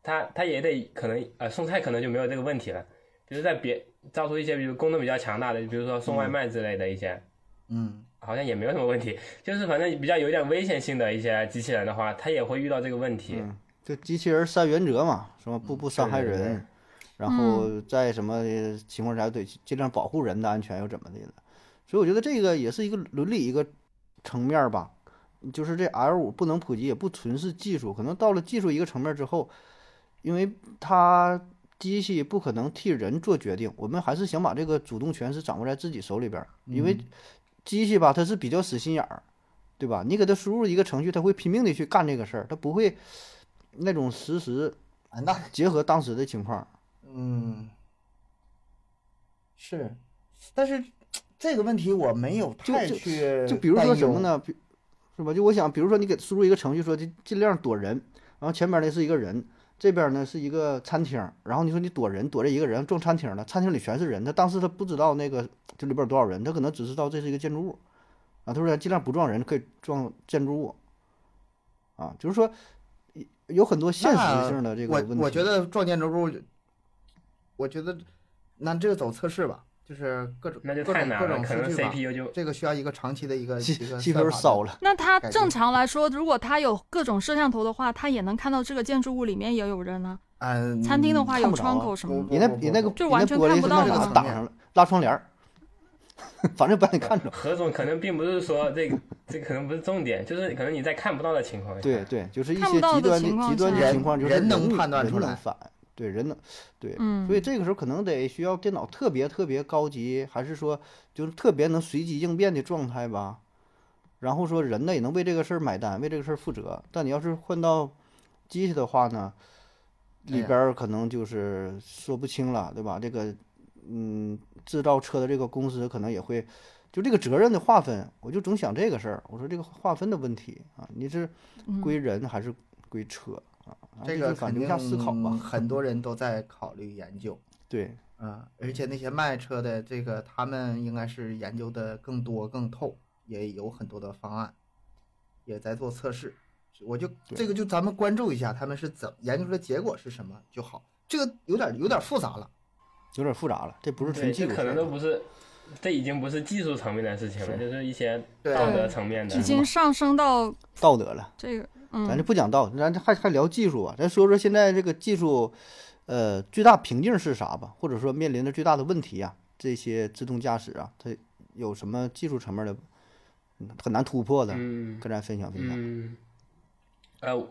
E: 它它也得可能呃送菜可能就没有这个问题了，就是在别造出一些比如功能比较强大的，比如说送外卖之类的一些，
C: 嗯。
E: 好像也没有什么问题，就是反正比较有点危险性的一些机器人的话，它也会遇到这个问题。
B: 嗯，就机器人三原则嘛，什么
C: 嗯
B: 不不伤害
E: 对对
B: 人，
E: 对
B: 然后在什么情况下得尽量保护人的安全又怎么的了？所以我觉得这个也是一个伦理一个层面儿吧，就是这 L 五不能普及，也不纯是技术，可能到了技术一个层面之后，因为它机器不可能替人做决定，我们还是想把这个主动权是掌握在自己手里边儿，因为机器吧它是比较死心眼儿，对吧？你给它输入一个程序，它会拼命的去干这个事儿，它不会那种实时
C: 啊，那
B: 结合当时的情况。
C: 嗯，是，但是这个问题我没有
B: 就
C: 太
B: 就
C: 去
B: 就比如说
C: 担
B: 什么
C: 忧？
B: 呢？比是吧？就我想，比如说你给输入一个程序，说尽尽量躲人，然后前边儿呢是一个人，这边儿呢是一个餐厅，然后你说你躲人，躲这一个人撞餐厅了，餐厅里全是人，他当时他不知道那个就里边有多少人，他可能只知道这是一个建筑物，啊，他说咱尽量不撞人，可以撞建筑物，啊，就是说有很多现实性的这个
C: 我
B: 问题。
C: 我觉得撞建筑物，我觉得那这个走测试吧，就是各种
E: 那就
C: 各
E: 太
C: 种
E: 难
C: 各
E: 了，
C: 种
E: 可
C: 数
E: 能
C: 据吧，
E: CPU 就
C: 这个需要一个长期的一个
B: 气
C: 一个
B: 气球
C: 算法的
B: 烧了，
D: 那它
C: 改变
D: 正常来说，如果它有各种摄像头的话，它也能看到这个建筑物里面也有人啊。
C: 嗯，
D: 餐厅的话
B: 看
D: 有
B: 不着
D: 窗
B: 啊
D: 口什么的。
B: 你那
C: 不不
B: 你那个
C: 不
D: 就
B: 你那
D: 完全
B: 玻璃
D: 看
B: 是不
D: 不到
B: 是给
C: 了
B: 它挡上了，拉窗帘儿， 反正不让你看着。
E: 何总可能并不是说这个，这可能不是重点，就是可能你在看不到的情况下，
B: 对对，就是一
D: 看
B: 些
D: 不到
B: 极
D: 的
B: 端
D: 情
B: 的
D: 况
B: 极端
D: 下
B: 的情况，就是
C: 人能
B: 与
C: 判断
B: 人
C: 出
B: 能
C: 来
B: 反对人能，对，
D: 嗯
B: 所以这个时候可能得需要电脑特别特别高级，还是说就是特别能随机应变的状态吧。然后说人呢也能为这个事儿买单，为这个事儿负责。但你要是换到机器的话呢，
C: 哎
B: 里
C: 呀
B: 边儿可能就是说不清了，对吧？这个嗯，制造车的这个公司可能也会就这个责任的划分，我就总想这个事儿。我说这个划分的问题啊，你是
D: 嗯
B: 归人还是归车啊？啊
C: 这
B: 就
C: 个
B: 是反
C: 肯
B: 正
C: 定
B: 下思考
E: 嗯
B: 吧。
C: 很多人都在考虑研究，
B: 对，
C: 嗯，而且那些卖车的这个，他们应该是研究的更多更透，也有很多的方案，也在做测试。我就
B: 对
C: 这个就咱们关注一下，他们是怎研究出来结果是什么就好。这个有点有点复杂了，
B: 有点复杂了，这不是
E: 对，
B: 纯技
E: 这
B: 术事
E: 可能
B: 儿
E: 都
B: 了。
E: 不是，这已经不是技术层面的事情了，
B: 是
E: 就是一些
C: 对
E: 道德层面的
D: 已。经上升到
B: 道德了。
D: 这个，
B: 咱
D: 嗯
B: 就不讲道，咱这还还聊技术啊，咱说说现在这个技术，呃，最大瓶颈是啥吧？或者说面临的最大的问题啊，这些自动驾驶啊，它有什么技术层面的嗯很难突破的，
E: 嗯
B: 跟咱分享分享。
E: 嗯，呃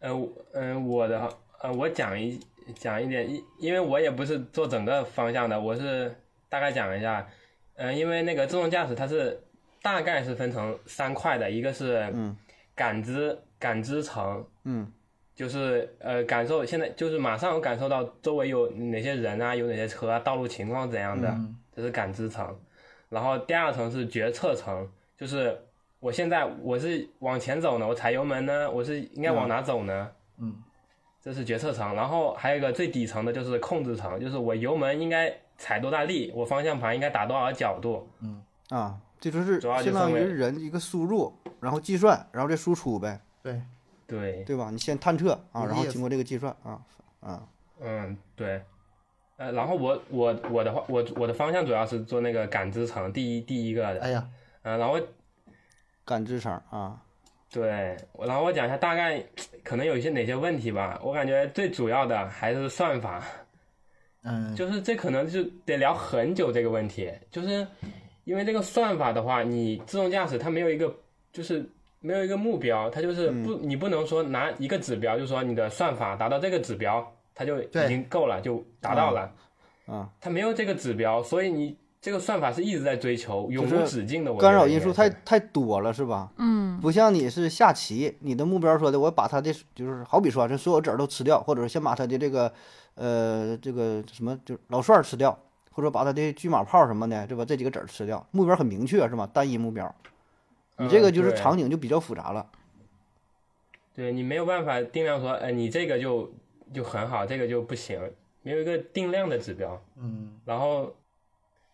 E: 呃我呃，我的话呃，我讲一讲一点，因因为我也不是做整个方向的，我是大概讲一下。呃，因为那个自动驾驶它是大概是分成三块的，一个是
B: 嗯
E: 感知感知层，
B: 嗯
E: 就是呃感受现在就是马上感受到周围有哪些人啊，有哪些车啊，道路情况怎样的，
C: 嗯
E: 这是感知层。然后第二层是决策层，就是我现在我是往前走呢，我踩油门呢，我是应该往哪走呢？
C: 嗯，
E: 这是决策层。然后还有一个最底层的就是控制层，就是我油门应该踩多大力，我方向盘应该打多少个角度。
B: 啊，这就是
E: 主要就
B: 相当于
E: 分为
B: 人一个输入，然后计算，然后再输出呗，
C: 对，
E: 对，
B: 对吧？你先探测啊，
C: 有
B: 然后
C: 意思
B: 经过这个计算啊啊，
E: 嗯，对。呃，然后我我我的话，我我的方向主要是做那个感知层第一第一个的，
C: 哎呀，
E: 嗯，然后
B: 感知层啊，
E: 对，我然后我讲一下大概可能有一些哪些问题吧。我感觉最主要的还是算法，
C: 嗯，
E: 就是这可能就得聊很久这个问题，就是因为这个算法的话，你自动驾驶它没有一个就是没有一个目标，它就是
B: 嗯
E: 不、你不能说拿一个指标，就说你的算法达到这个指标，它就已
C: 对
E: 经够了，就达到了。
B: 嗯，
E: 它没有这个指标，所以你这个算法是一直在追求永
B: 就
E: 无
B: 是
E: 止境的。我
B: 干
E: 觉
B: 扰
E: 得
B: 因
E: 应
B: 素
E: 该
B: 太
E: 是
B: 太多了，是吧？
D: 嗯
B: 不像你是下棋，你的目标说的，我把他的就是好比说啊，这所有子儿都吃掉，或者先把他的这个呃这个什么就老蒜儿吃掉，或者把他的车马炮什么的，对吧？这几个子儿吃掉，目标很明确是吧？单一目标，你这
E: 嗯
B: 个就是
E: 对
B: 场景就比较复杂了。
E: 对你没有办法定量说，呃，你这个就就很好，这个就不行，没有一个定量的指标。
C: 嗯，
E: 然后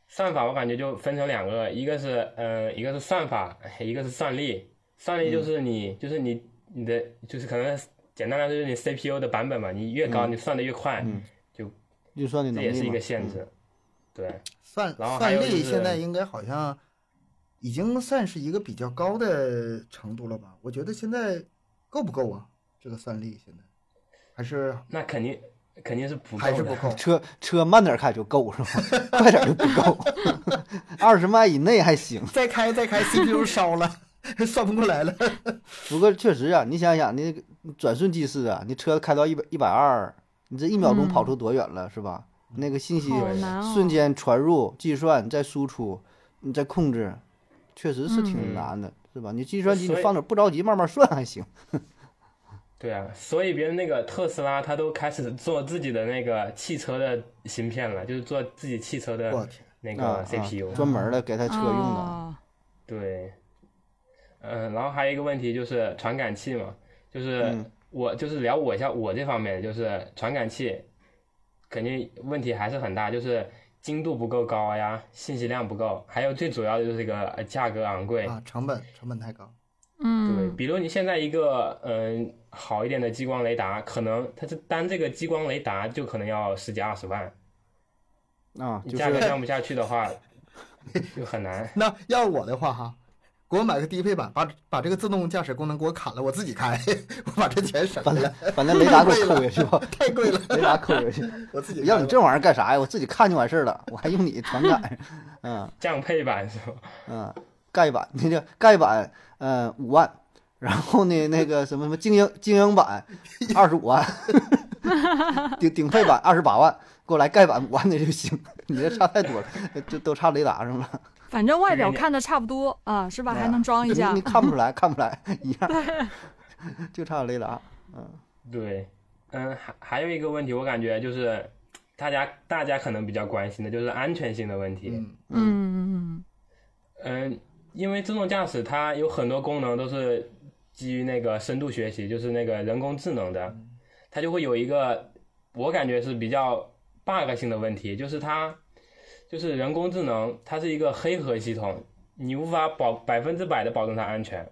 E: 算法我感觉就分成两个，一个是呃，一个是算法，一个是算力。算
B: 嗯
E: 力就是你、就是你你的就是可能简单来说就是你 CPU 的版本嘛，你越高、你算的越快，
B: 嗯
E: 就
B: 运算的
E: 这
B: 能
E: 也
B: 力
E: 是一
B: 嘛。
E: 个限制。对，
C: 算
E: 然后还有
C: 算力
E: 就是
C: 现在应该好像已经算是一个比较高的程度了吧？我觉得现在够不够啊？这个算力现在还是
E: 那肯定肯定是不够啊
C: 还是
E: 的
C: 不够
B: 车车慢点儿开就够是吧？ 快点儿就不够，二十迈以内还行。
C: 再开再开，CPU 烧了， 算不过来了。
B: 不过确实啊，你想想，你转瞬即逝啊，你车开到一百一百二，你这一秒钟
D: 嗯
B: 跑出多远了、是吧？那个信息
D: 好难哦
B: 瞬间传入、计算、再输出，你再控制，确实是挺
E: 嗯
B: 难的，是吧？你计算机你
E: 所以
B: 放点不着急，慢慢算还行。
E: 对啊，所以别人那个特斯拉，他都开始做自己的那个汽车的芯片了，就是做自己汽车
C: 我
E: 的
C: 天，
E: 那
B: 啊
E: 个 CPU。
B: 啊、专门的给他车用的，
D: 哦
E: 对，嗯，然后还有一个问题就是传感器嘛，就是
B: 嗯
E: 我就是聊我一下我这方面，就是传感器肯定问题还是很大，就是精度不够高呀，信息量不够，还有最主要的就是这个呃价格昂贵。
C: 啊，成本成本太高。
E: 对，
D: 嗯，
E: 比如你现在一个嗯好一点的激光雷达，可能它是单这个激光雷达就可能要十几二十万，
B: 啊，
E: 你
B: 就
E: 价格
B: 是
E: 降不下去的话就很难。
C: 那要我的话哈，给我买个低配版，把把这个自动驾驶功能给我砍了，我自己开， 我把这钱省
B: 把
C: 下
B: 那
C: 来，
B: 把那雷达给我 扣下去吧，
C: 太 贵了，
B: 雷达扣下去，
C: 我自己开
B: 要
C: 吧
B: 你这玩意儿干啥呀？我自己看就完事儿了，我还用你传感？嗯。
E: 降配版是吧？
B: 嗯，丐版 那叫丐版，呃， 五万，然后呢，那个什么什么精英精英版二十五万， 顶顶配版二十八万，给我来盖板五万的就行。 你这差太多了，就都差雷达上了。
D: 反正外表看着差不多啊，是吧？还能装一下
B: 你你。看不出来，看不出来一样，就差雷达。
E: 对，嗯，还还有一个问题，我感觉就是大家大家可能比较关心的就是安全性的问题。
C: 嗯，
D: 嗯嗯
E: 嗯，因为自动驾驶它有很多功能都是基于那个深度学习，就是那个人工智能的，
B: 嗯
E: 它就会有一个我感觉是比较 bug 性的问题，就是它就是人工智能它是一个黑盒系统，你无法保百分之百的保证它安全。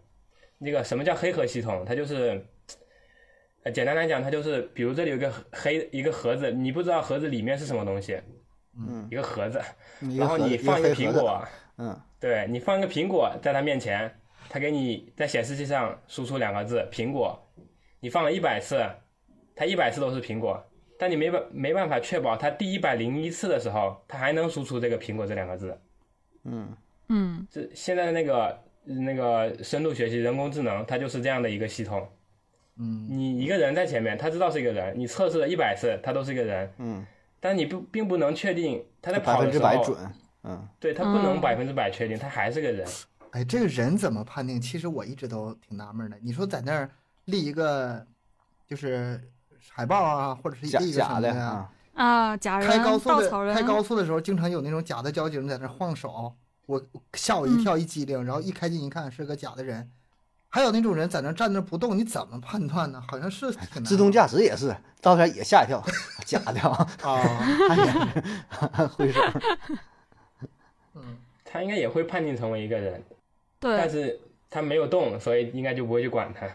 E: 那个什么叫黑盒系统？它就是。呃，简单来讲，它就是，比如这里有一个黑一个盒子，你不知道盒子里面是什么东西，
B: 嗯，
E: 一个盒子，
B: 一个
E: 然后
B: 盒
E: 你
B: 子
E: 放一个
B: 黑
E: 苹
B: 盒子
E: 果，
B: 嗯
E: 对你放一个苹果在它面前，它给你在显示器上输出两个字“苹果”，你放了一百次，它一百次都是苹果，但你没办没办法确保它第一百零一次的时候，它还能输出这个“苹果”这两个字。
B: 嗯
D: 嗯
E: 这现在的那个那个深度学习人工智能，它就是这样的一个系统。
C: 嗯，
E: 你一个人在前面，它知道是一个人，你测试了一百次，它都是一个人，
B: 嗯，
E: 但你不并不能确定它在
B: 百
E: 跑
B: 分
E: 的
B: 之
E: 时
B: 百
E: 候，
B: 准。嗯，
E: 对它不能
D: 嗯
E: 百分之百确定，它还是个人。
C: 哎，这个人怎么判定？其实我一直都挺纳闷的。你说在那儿立一个就是海报啊，或者是
B: 假
C: 立一个
B: 假
C: 什么
B: 的
C: 呀、
B: 啊，
D: 啊，假
C: 开高
D: 人、
C: 速
D: 稻草
C: 的
D: 人
C: 开，高速的时候，经常有那种假的交警在那晃手，我吓
D: 嗯
C: 我一跳，一激灵，然后一开近一看是个假的人。还有那种人在那站那不动，你怎么判断呢？好像是挺难
B: 哎自动驾驶也是，到前也吓一跳， 假的啊，
C: 啊，
B: 他也是挥手。
C: 嗯，
E: 它应该也会判定成为一个人，
D: 对，
E: 但是他没有动，所以应该就不会去管他。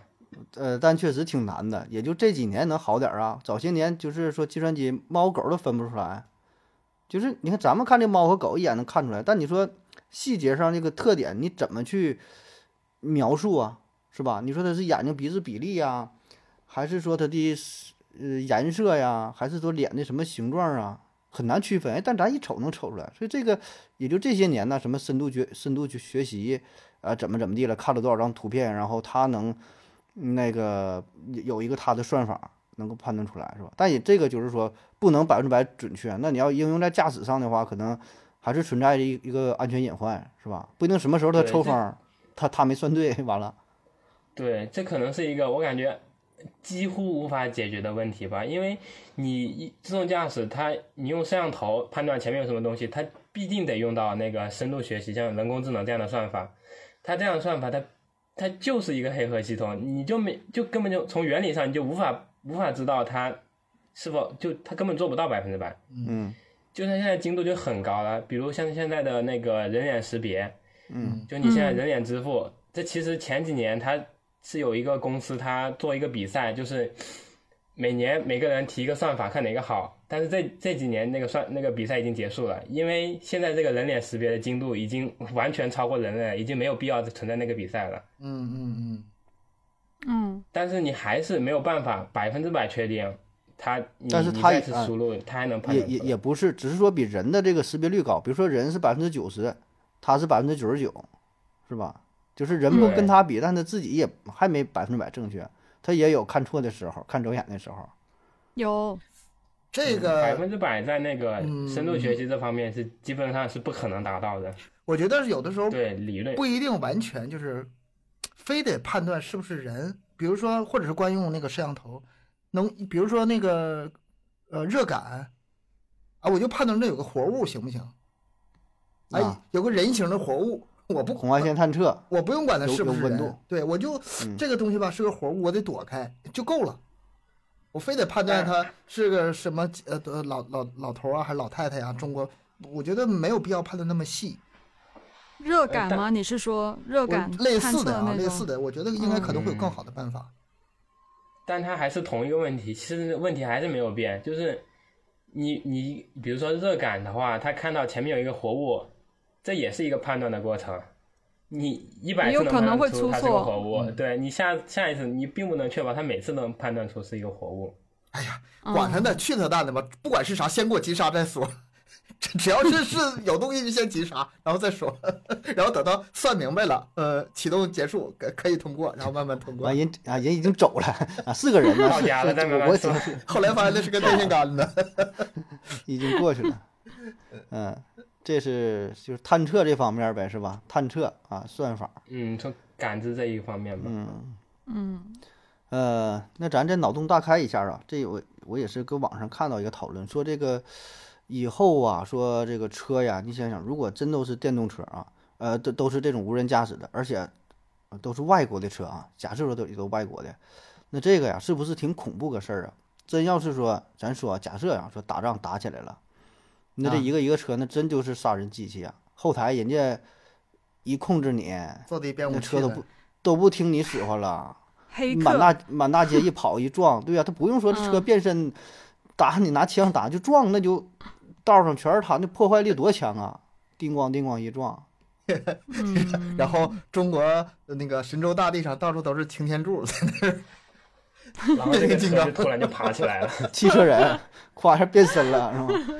B: 呃，但确实挺难的，也就这几年能好点儿啊。早些年就是说计算机猫狗都分不出来，就是你看咱们看这猫和狗一眼能看出来，但你说细节上这个特点你怎么去描述啊？是吧？你说它是眼睛鼻子比例呀、还是说它的呃颜色呀，还是说脸的什么形状啊？很难区分，哎，但咱一瞅能瞅出来，所以这个也就这些年呢，什么深度学深度去学习啊、怎么怎么地了，看了多少张图片，然后它能那个有有一个它的算法能够判断出来，是吧？但也这个就是说不能百分之百准确。那你要应用在驾驶上的话，可能还是存在着一一个安全隐患，是吧？不一定什么时候它
E: 对
B: 抽
E: 这
B: 风儿，它它没算对， 完了，
E: 对，这可能是一个我感觉几乎无法解决的问题吧，因为你一自动驾驶它，你用摄像头判断前面有什么东西，它必定得用到那个深度学习，像人工智能这样的算法，它这样的算法它它就是一个黑盒系统，你就没就根本就从原理上你就无法无法知道它是否就它根本做不到百分之百。
B: 嗯
E: 就算现在精度就很高了，比如像现在的那个人脸识别，
B: 嗯
E: 就你现在人脸支付，这其实前几年它是有一个公司，它做一个比赛，就是每年每个人提一个算法看哪个好，但是这这几年那个算那个比赛已经结束了，因为现在这个人脸识别的精度已经完全超过人类了，已经没有必要存在那个比赛了。
C: 嗯嗯嗯，
D: 嗯
E: 但是你还是没有办法百分之百确定它，你
B: 但是
E: 你
B: 它
E: 再
B: 也
E: 次
B: 嗯
E: 输入，它还能判
B: 也
E: 断
B: 也
E: 出来
B: 也不是，只是说比人的这个识别率高。比如说人是百分之九十，它是百分之九十九，是吧？就是人不跟
E: 对
B: 他比，但他自己也还没百分之百正确，他也有看错的时候，看走眼的时候。
D: 有，
C: 呃这
E: 嗯百
C: 个
E: 分之百在那个
C: 呃嗯
E: 深度学习这方面是基本上是不可能达到的。
C: 我觉得是有的时候
E: 对理论，
C: 嗯不一定完全就是非得判断是不是人，比如说或者是光用那个摄像头，能比如说那个呃热感啊，我就判断这有个活物行不行？哎
B: 啊，
C: 有个人形的活物，我不
B: 红外线探测，
C: 我不用管它
B: 有
C: 是不
B: 有
C: 是
B: 温
C: 人，
B: 度
C: 对我就、
B: 嗯
C: 这个东西吧是个活物，我得躲开就够了。我非得判
D: 哎
C: 断他是个什么呃呃老老老头啊还是老太太呀、中国，我觉得没有必要判断那么细。
D: 热感
E: 但
D: 吗？你是说热
C: 我
D: 感
C: 类
D: 探
C: 似
D: 测
C: 的啊，
D: 那
C: 类
D: 种
C: 似的，我觉得应该可能会有更
E: 嗯
C: 好的办法。
E: 但它还是同一个问题，其实问题还是没有变，就是你你比如说热感的话，它看到前面有一个活物，这也是一个判断的过程。你一百
D: 也有
E: 次
D: 可
E: 判
D: 能会
E: 断出
D: 出
E: 它是个
D: 错
E: 活物，
C: 嗯
E: 对你下下一次你并不能确保它每次都能判断出是一个活物。
C: 管他
D: 嗯
C: 呢，去他蛋的吧！不管是啥，先给我急刹再说。 只只要是是有东西就先急刹，然后再说， 然后等到算明白了，呃，启动结束可可以通过，然后慢慢通过
B: 完。人啊人已经走了啊，四个人呢，
E: 到
B: 是
E: 家
B: 是
E: 了再慢慢
B: 我
E: 说
B: 我
C: 后来发现那是个电线杆子。
B: 已经过去了，嗯，这是就是探测这方面呗，是吧？探测啊，算法，
E: 嗯，从感知这一方面吧，
B: 嗯
D: 嗯
B: 呃，那咱这脑洞大开一下啊，这我我也是跟网上看到一个讨论，说这个以后啊，说这个车呀，你想想，如果真都是电动车啊，呃，都都是这种无人驾驶的，而且呃都是外国的车啊，假设说都都外国的，那这个呀，是不是挺恐怖个事儿啊？真要是说，咱说啊假设呀、说打仗打起来了，那这
C: 啊
B: 一个一个车，那真就是杀人机器啊！后台人家一控制你，
C: 坐的一边
B: 那
C: 无
B: 车
C: 趣
B: 都
C: 的
B: 不都不听你使唤了。
D: 黑
B: 满
D: 客
B: 大满大街一跑一撞，对呀、他不用说车
D: 嗯
B: 变身打你拿枪打就撞，那就道上全是他，那破坏力多强啊！叮咣叮咣一撞，
D: 嗯，
C: 然后中国的那个神州大地上到处都是擎天柱，
E: 然后这个
C: 这
E: 车
C: 个
E: 就突然就爬起来了，
B: 汽车 人夸一下变身了是吗？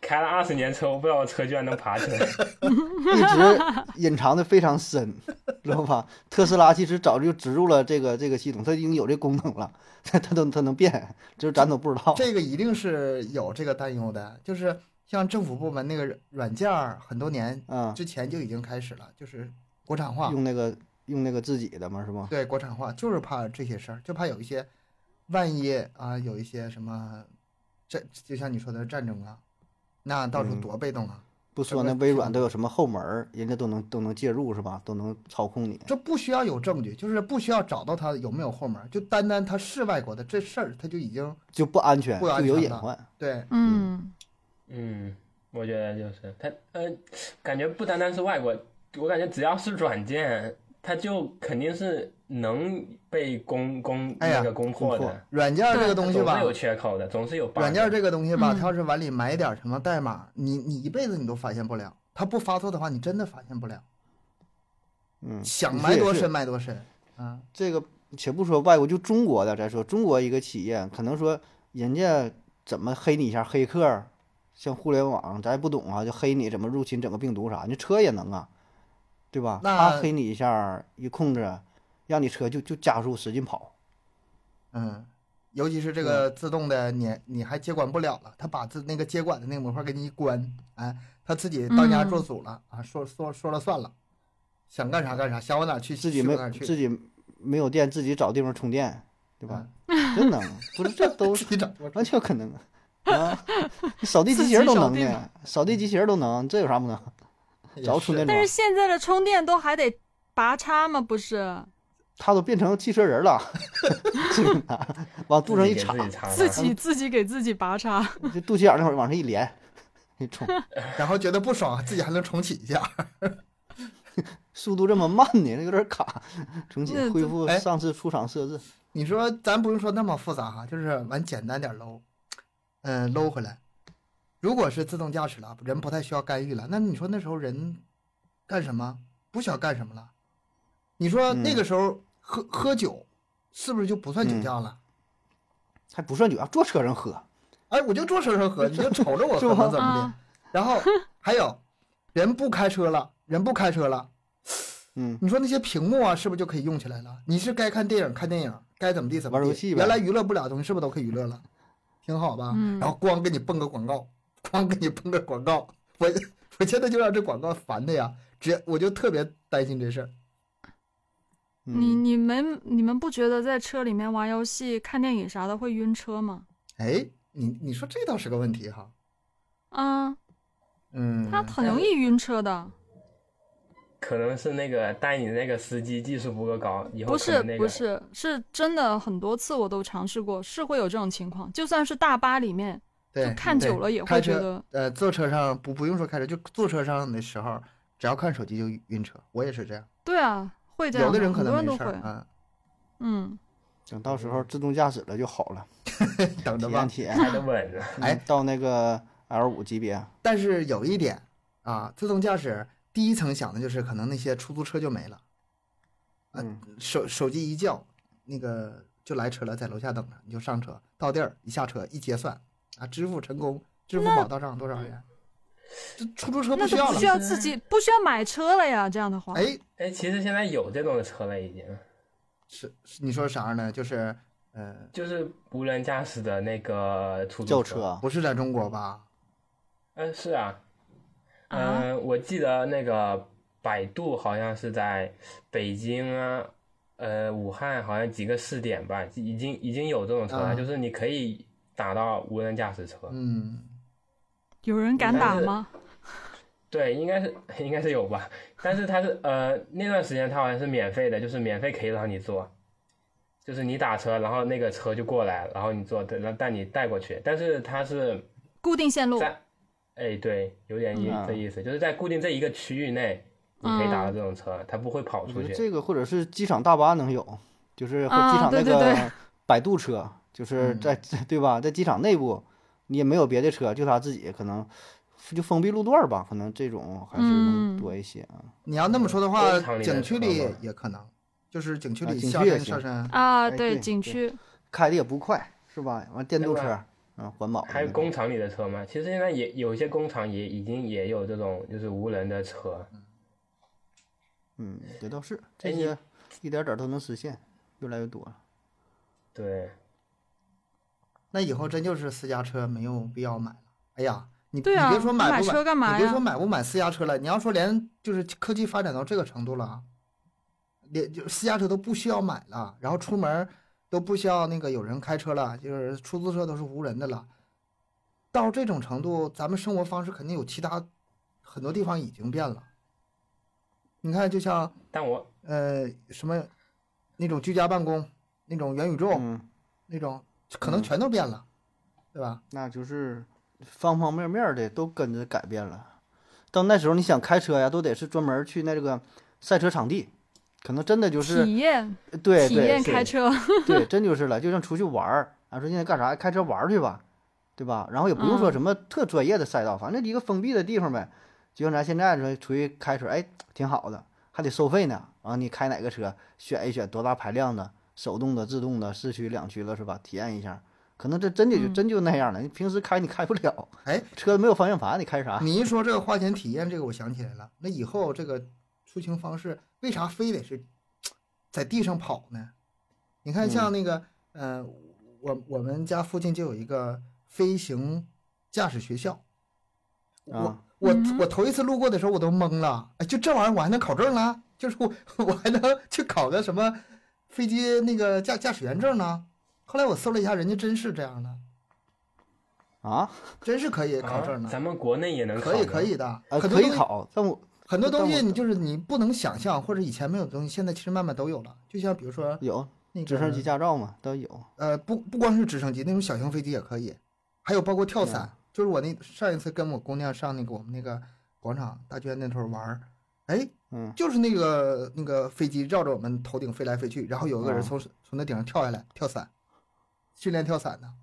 E: 开了二十年车，我不知道我车居然能爬起来，
B: 一直隐藏的非常深，知道吧？特斯拉其实早就植入了这个这个系统，它已经有这功能了，它它都它能变，就是咱都不知道。
C: 这个一定是有这个担忧的。就是像政府部门那个软件儿，很多年
B: 啊、
C: 之前就已经开始了，就是国产化。
B: 用那个用那个自己的嘛是吧？
C: 对，国产化就是怕这些事儿，就怕有一些，万一啊有一些什么战，就像你说的战争啊，那到时候
B: 嗯
C: 多被动啊！
B: 不说那
C: 这不
B: 微软都有什么后门儿，人家都能都能介入是吧？都能操控你。
C: 这不需要有证据，就是不需要找到他有没有后门儿，就单单他是外国的这事儿，他就已经
B: 就不安全，
C: 不安
B: 就有
C: 全
B: 隐
C: 了
B: 患。
C: 对
D: 嗯
E: 嗯，我觉得就是它，呃，感觉不单单是外国，我感觉只要是软件，它就肯定是能被攻攻
C: 哎呀
E: 那个攻破
B: 攻
E: 的
B: 破，
C: 软件儿这个东西
E: 总是
C: 吧
E: 有，缺口的，总是有 bug 的
C: 软件儿这个东西吧，
D: 嗯
C: 它要是往里埋一点儿什么代码，你你一辈子你都发现不了。它不发错的话，你真的发现不了。
B: 嗯，
C: 想
B: 你说
C: 埋
B: 也
C: 多
B: 是
C: 深埋多深啊！
B: 这个且不说外国，就中国的，咱说中国一个企业，可能说人家怎么黑你一下黑客儿，像互联网咱也不懂啊，就黑你怎么入侵整个病毒啥，你车也能啊，对吧？
C: 那
B: 他黑你一下一控制，让你车就就加速使劲跑，
C: 嗯，尤其是这个自动的，你你还接管不了了，它把自那个接管的那个模块给你一关，哎，它自己当家做主了、啊，说说说了算了，想干啥干啥，想往哪儿去
B: 自己
C: 去
B: 没
C: 往哪儿去，
B: 自己没有电，自己找地方充电，对吧
C: 嗯？
B: 真能，不是这都
C: 自己找多
B: 完全可能啊！ 啊，扫地机器人都能呢，扫地机器人都能，这有啥不能？找充电
D: 但是
B: 桩，
D: 现在的充电都还得拔插吗？不是，
B: 他都变成汽车人了， 是不是往肚上一插
E: 自，己插
D: 自己自己给自己拔插，
B: 就肚脐眼那会儿往上一连，一 冲，
C: 然后觉得不爽，自己还能重启一下。
B: 速度这么慢呢，有点卡。重启
D: 那
B: 恢
D: 这
B: 复
C: 哎
B: 上次出厂设置，
C: 你说咱不用说那么复杂哈，就是完简单点儿搂，嗯，搂回来。如果是自动驾驶了，人不太需要干预了，那你说那时候人干什么？不需要干什么了？你说那个时候喝、喝酒，是不是就不算酒驾了？
B: 还不算酒啊，坐车上喝，
C: 哎，我就坐车上喝，你就瞅着我
B: 是
C: 喝
B: 吗
C: 能怎么
D: 啊
C: 的？然后还有，人不开车了，人不开车了，
B: 嗯，
C: 你说那些屏幕啊，是不是就可以用起来了？你是该看电影看电影，该怎么地怎么地。
B: 玩游戏呗
C: 原来娱乐不了的东西，是不是都可以娱乐了？挺好吧？
D: 嗯
C: 然后光给你蹦个广告，光给你蹦个广告，我我现在就让这广告烦的呀！只我就特别担心这事儿。
D: 你
B: 嗯，
D: 你们你们不觉得在车里面玩游戏、看电影啥的会晕车吗？
C: 哎，你你说这倒是个问题哈。
D: 啊，
C: 嗯，
D: 它很容易晕车的，
E: 可能是那个带你的那个司机技术不够高，以后
D: 不
E: 可
D: 是
E: 能那个
D: 不是，是真的很多次我都尝试过，是会有这种情况。就算是大巴里面，
C: 对
D: 就看久
C: 对
D: 了也会
C: 开
D: 觉
C: 车
D: 得
C: 呃，坐车上不不用说开车，就坐车上的时候，只要看手机就晕车。我也是这样，
D: 对啊，会这样
C: 有的
D: 的
C: 人可
D: 很多
C: 能
D: 人
C: 没事
D: 都
C: 儿
D: 会，
C: 啊，
D: 嗯，
B: 等到时候自动驾驶了就好了，
C: 等着
B: 体
C: 吧
B: 验。体验。
E: 开得稳了，
C: 哎
B: 嗯，到那个 L 五级别，
C: 但是有一点啊，自动驾驶第一层想的就是可能那些出租车就没了，啊
B: 嗯，
C: 手手机一叫，那个就来车了，在楼下等着，你就上车，到地儿一下车一结算啊，支付成功，支付宝到账多少元？这出租车
D: 那
C: 不需
D: 就
C: 要
D: 不
C: 了嗯
D: 需。要自己不需要买车了呀。这样的话，
C: 哎，
E: 哎，其实现在有这种的车了，已经
C: 是是你说啥呢？就是呃，
E: 就是无人驾驶的那个出租
B: 轿车啊，
C: 不是在中国吧？
E: 嗯，是啊，
D: 啊
C: 呃
E: 嗯、我记得那个百度好像是在北京啊，呃，武汉好像几个试点吧，已经已经有这种
B: 嗯
E: 车了，
C: 啊
E: 就是你可以打到无人驾驶车。
C: 嗯，
D: 有人敢打吗？
E: 对，应该是应该是有吧，但是它是呃那段时间它好像是免费的，就是免费可以让你坐，就是你打车，然后那个车就过来，然后你坐，然后带你带过去。但是它是
D: 固定线路，
E: 在，哎，对，有点意
B: 嗯
E: 这意思，就是在固定这一个区域内，你可以打到这种车，它不会跑
B: 我
E: 出
B: 觉得
E: 去。
B: 这个或者是机场大巴能有，就是和
D: 啊
B: 机场那
D: 对对
B: 个摆渡车，就是
C: 嗯
B: 在 对吧，在机场内部你也没有别的车，就他自己可能就封闭路段儿吧，可能这种还是能
D: 嗯
B: 多一些啊。
C: 你要那么说的
E: 都
C: 话
E: 是厂，里的
C: 景区
E: 车
C: 里
E: 嘛
C: 也可能，就是景区
B: 啊
C: 里
B: 景
C: 下
B: 区也
C: 山
B: 行
C: 上山，
D: 啊，
B: 哎对
D: 景区
B: 开的也不快，是吧？完电
E: 对
B: 动
E: 吧
B: 车，嗯，环保的
E: 还有
B: 那种
E: 工厂里的车吗？其实现在也有一些工厂也已经也有这种就是无人的车，
B: 嗯，也倒是这
E: 哎你
B: 些一点点儿都能实现，越来越多了。
E: 对，
C: 那以后真就是私家车没有必要买了。哎呀，你
D: 对啊
C: 你别说买
D: 你买
C: 不
D: 车干嘛
C: 你别
D: 呀
C: 说买不买私家车了，你要说连就是科技发展到这个程度了啊，连就私家车都不需要买了，然后出门儿都不需要那个有人开车了，就是出租车都是无人的了。到这种程度，咱们生活方式肯定有其他很多地方已经变了。你看，就像
E: 但我
C: 呃什么那种居家办公、那种元宇
E: 哦
C: 宙、
B: 嗯，
C: 那种，可能
B: 嗯
C: 全都变了，对吧？
B: 那就是方方面面儿的都跟着改变了。到那时候你想开车呀，都得是专门儿去那个赛车场地，可能真的就是
D: 体验
B: 对
D: 体验
B: 对
D: 开车，
B: 对，真就是了，就像出去玩儿，啊，说现在干啥，开车玩儿去吧，对吧？然后也不用说
D: 嗯
B: 什么特专业的赛道，反正一个封闭的地方呗。就像咱现在说出去开车，哎，挺好的，还得收费呢。啊，你开哪个车，选一选多大排量的，手动的、自动的，四驱、两驱了是吧？体验一下，可能这真的就
D: 嗯
B: 真就那样了。你平时开你开不了，
C: 哎，
B: 车没有方向盘，你开啥？
C: 你一说这个花钱体验，这个我想起来了。那以后这个出行方式为啥非得是在地上跑呢？你看，像那个，嗯、呃，我我们家附近就有一个飞行驾驶学校。我
B: 啊
C: 我
D: 嗯
C: 我头一次路过的时候我都懵了，哎，就这玩意儿我还能考证呢？就是我 我还能去考个什么飞机那个驾驾驶员证呢？后来我搜了一下，人家真是这样的，
B: 啊，
C: 真是可以考证
E: 啊
C: 的，
E: 咱们国内也能考
C: 可以
E: 吗
C: 可以的，
B: 呃，
C: 很多
B: 可以
C: 东西
B: 考，但我
C: 很多东西
B: 但我
C: 你就是你不能想象，或者以前没有的东西，现在其实慢慢都有了。就像比如说
B: 有
C: 那
B: 嗯
C: 个
B: 直升机，驾照嘛，都有。
C: 呃，不不光是直升机，那种小型飞机也可以，还有包括跳伞。就是我那上一次跟我姑娘上那个我们那个广场大剧院那头玩儿，哎，
B: 嗯，
C: 就是那个那个飞机绕着我们头顶飞来飞去，然后有一个人
B: 啊
C: 从、从那顶上跳下来跳伞，训练跳伞呢。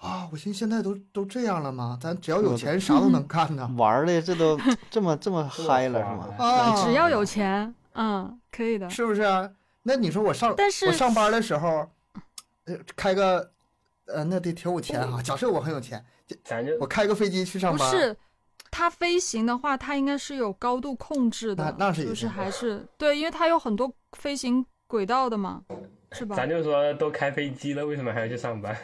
C: 啊，我寻思现在都都这样了吗？咱只要
B: 我
C: 有
B: 的
C: 钱啥 都能干呢。
B: 玩儿的这都 这么这么
E: 这么
B: 嗨了是
E: 花
B: 吗？
C: 啊，
D: 只要有钱，嗯，可以的。
C: 是不是啊？那你说我上
D: 但是
C: 我上班的时候，呃，开个呃，那得挺有钱啊。假设我很有钱，
E: 咱就
C: 我开个飞机去上
D: 不
C: 班，
D: 是，它飞行的话，它应该是有高度控制的，
C: 那那是一
D: 就是
C: 定的
D: 还是对，因为它有很多飞行轨道的嘛，是吧？
E: 咱就说都开飞机了，为什么还要去上班？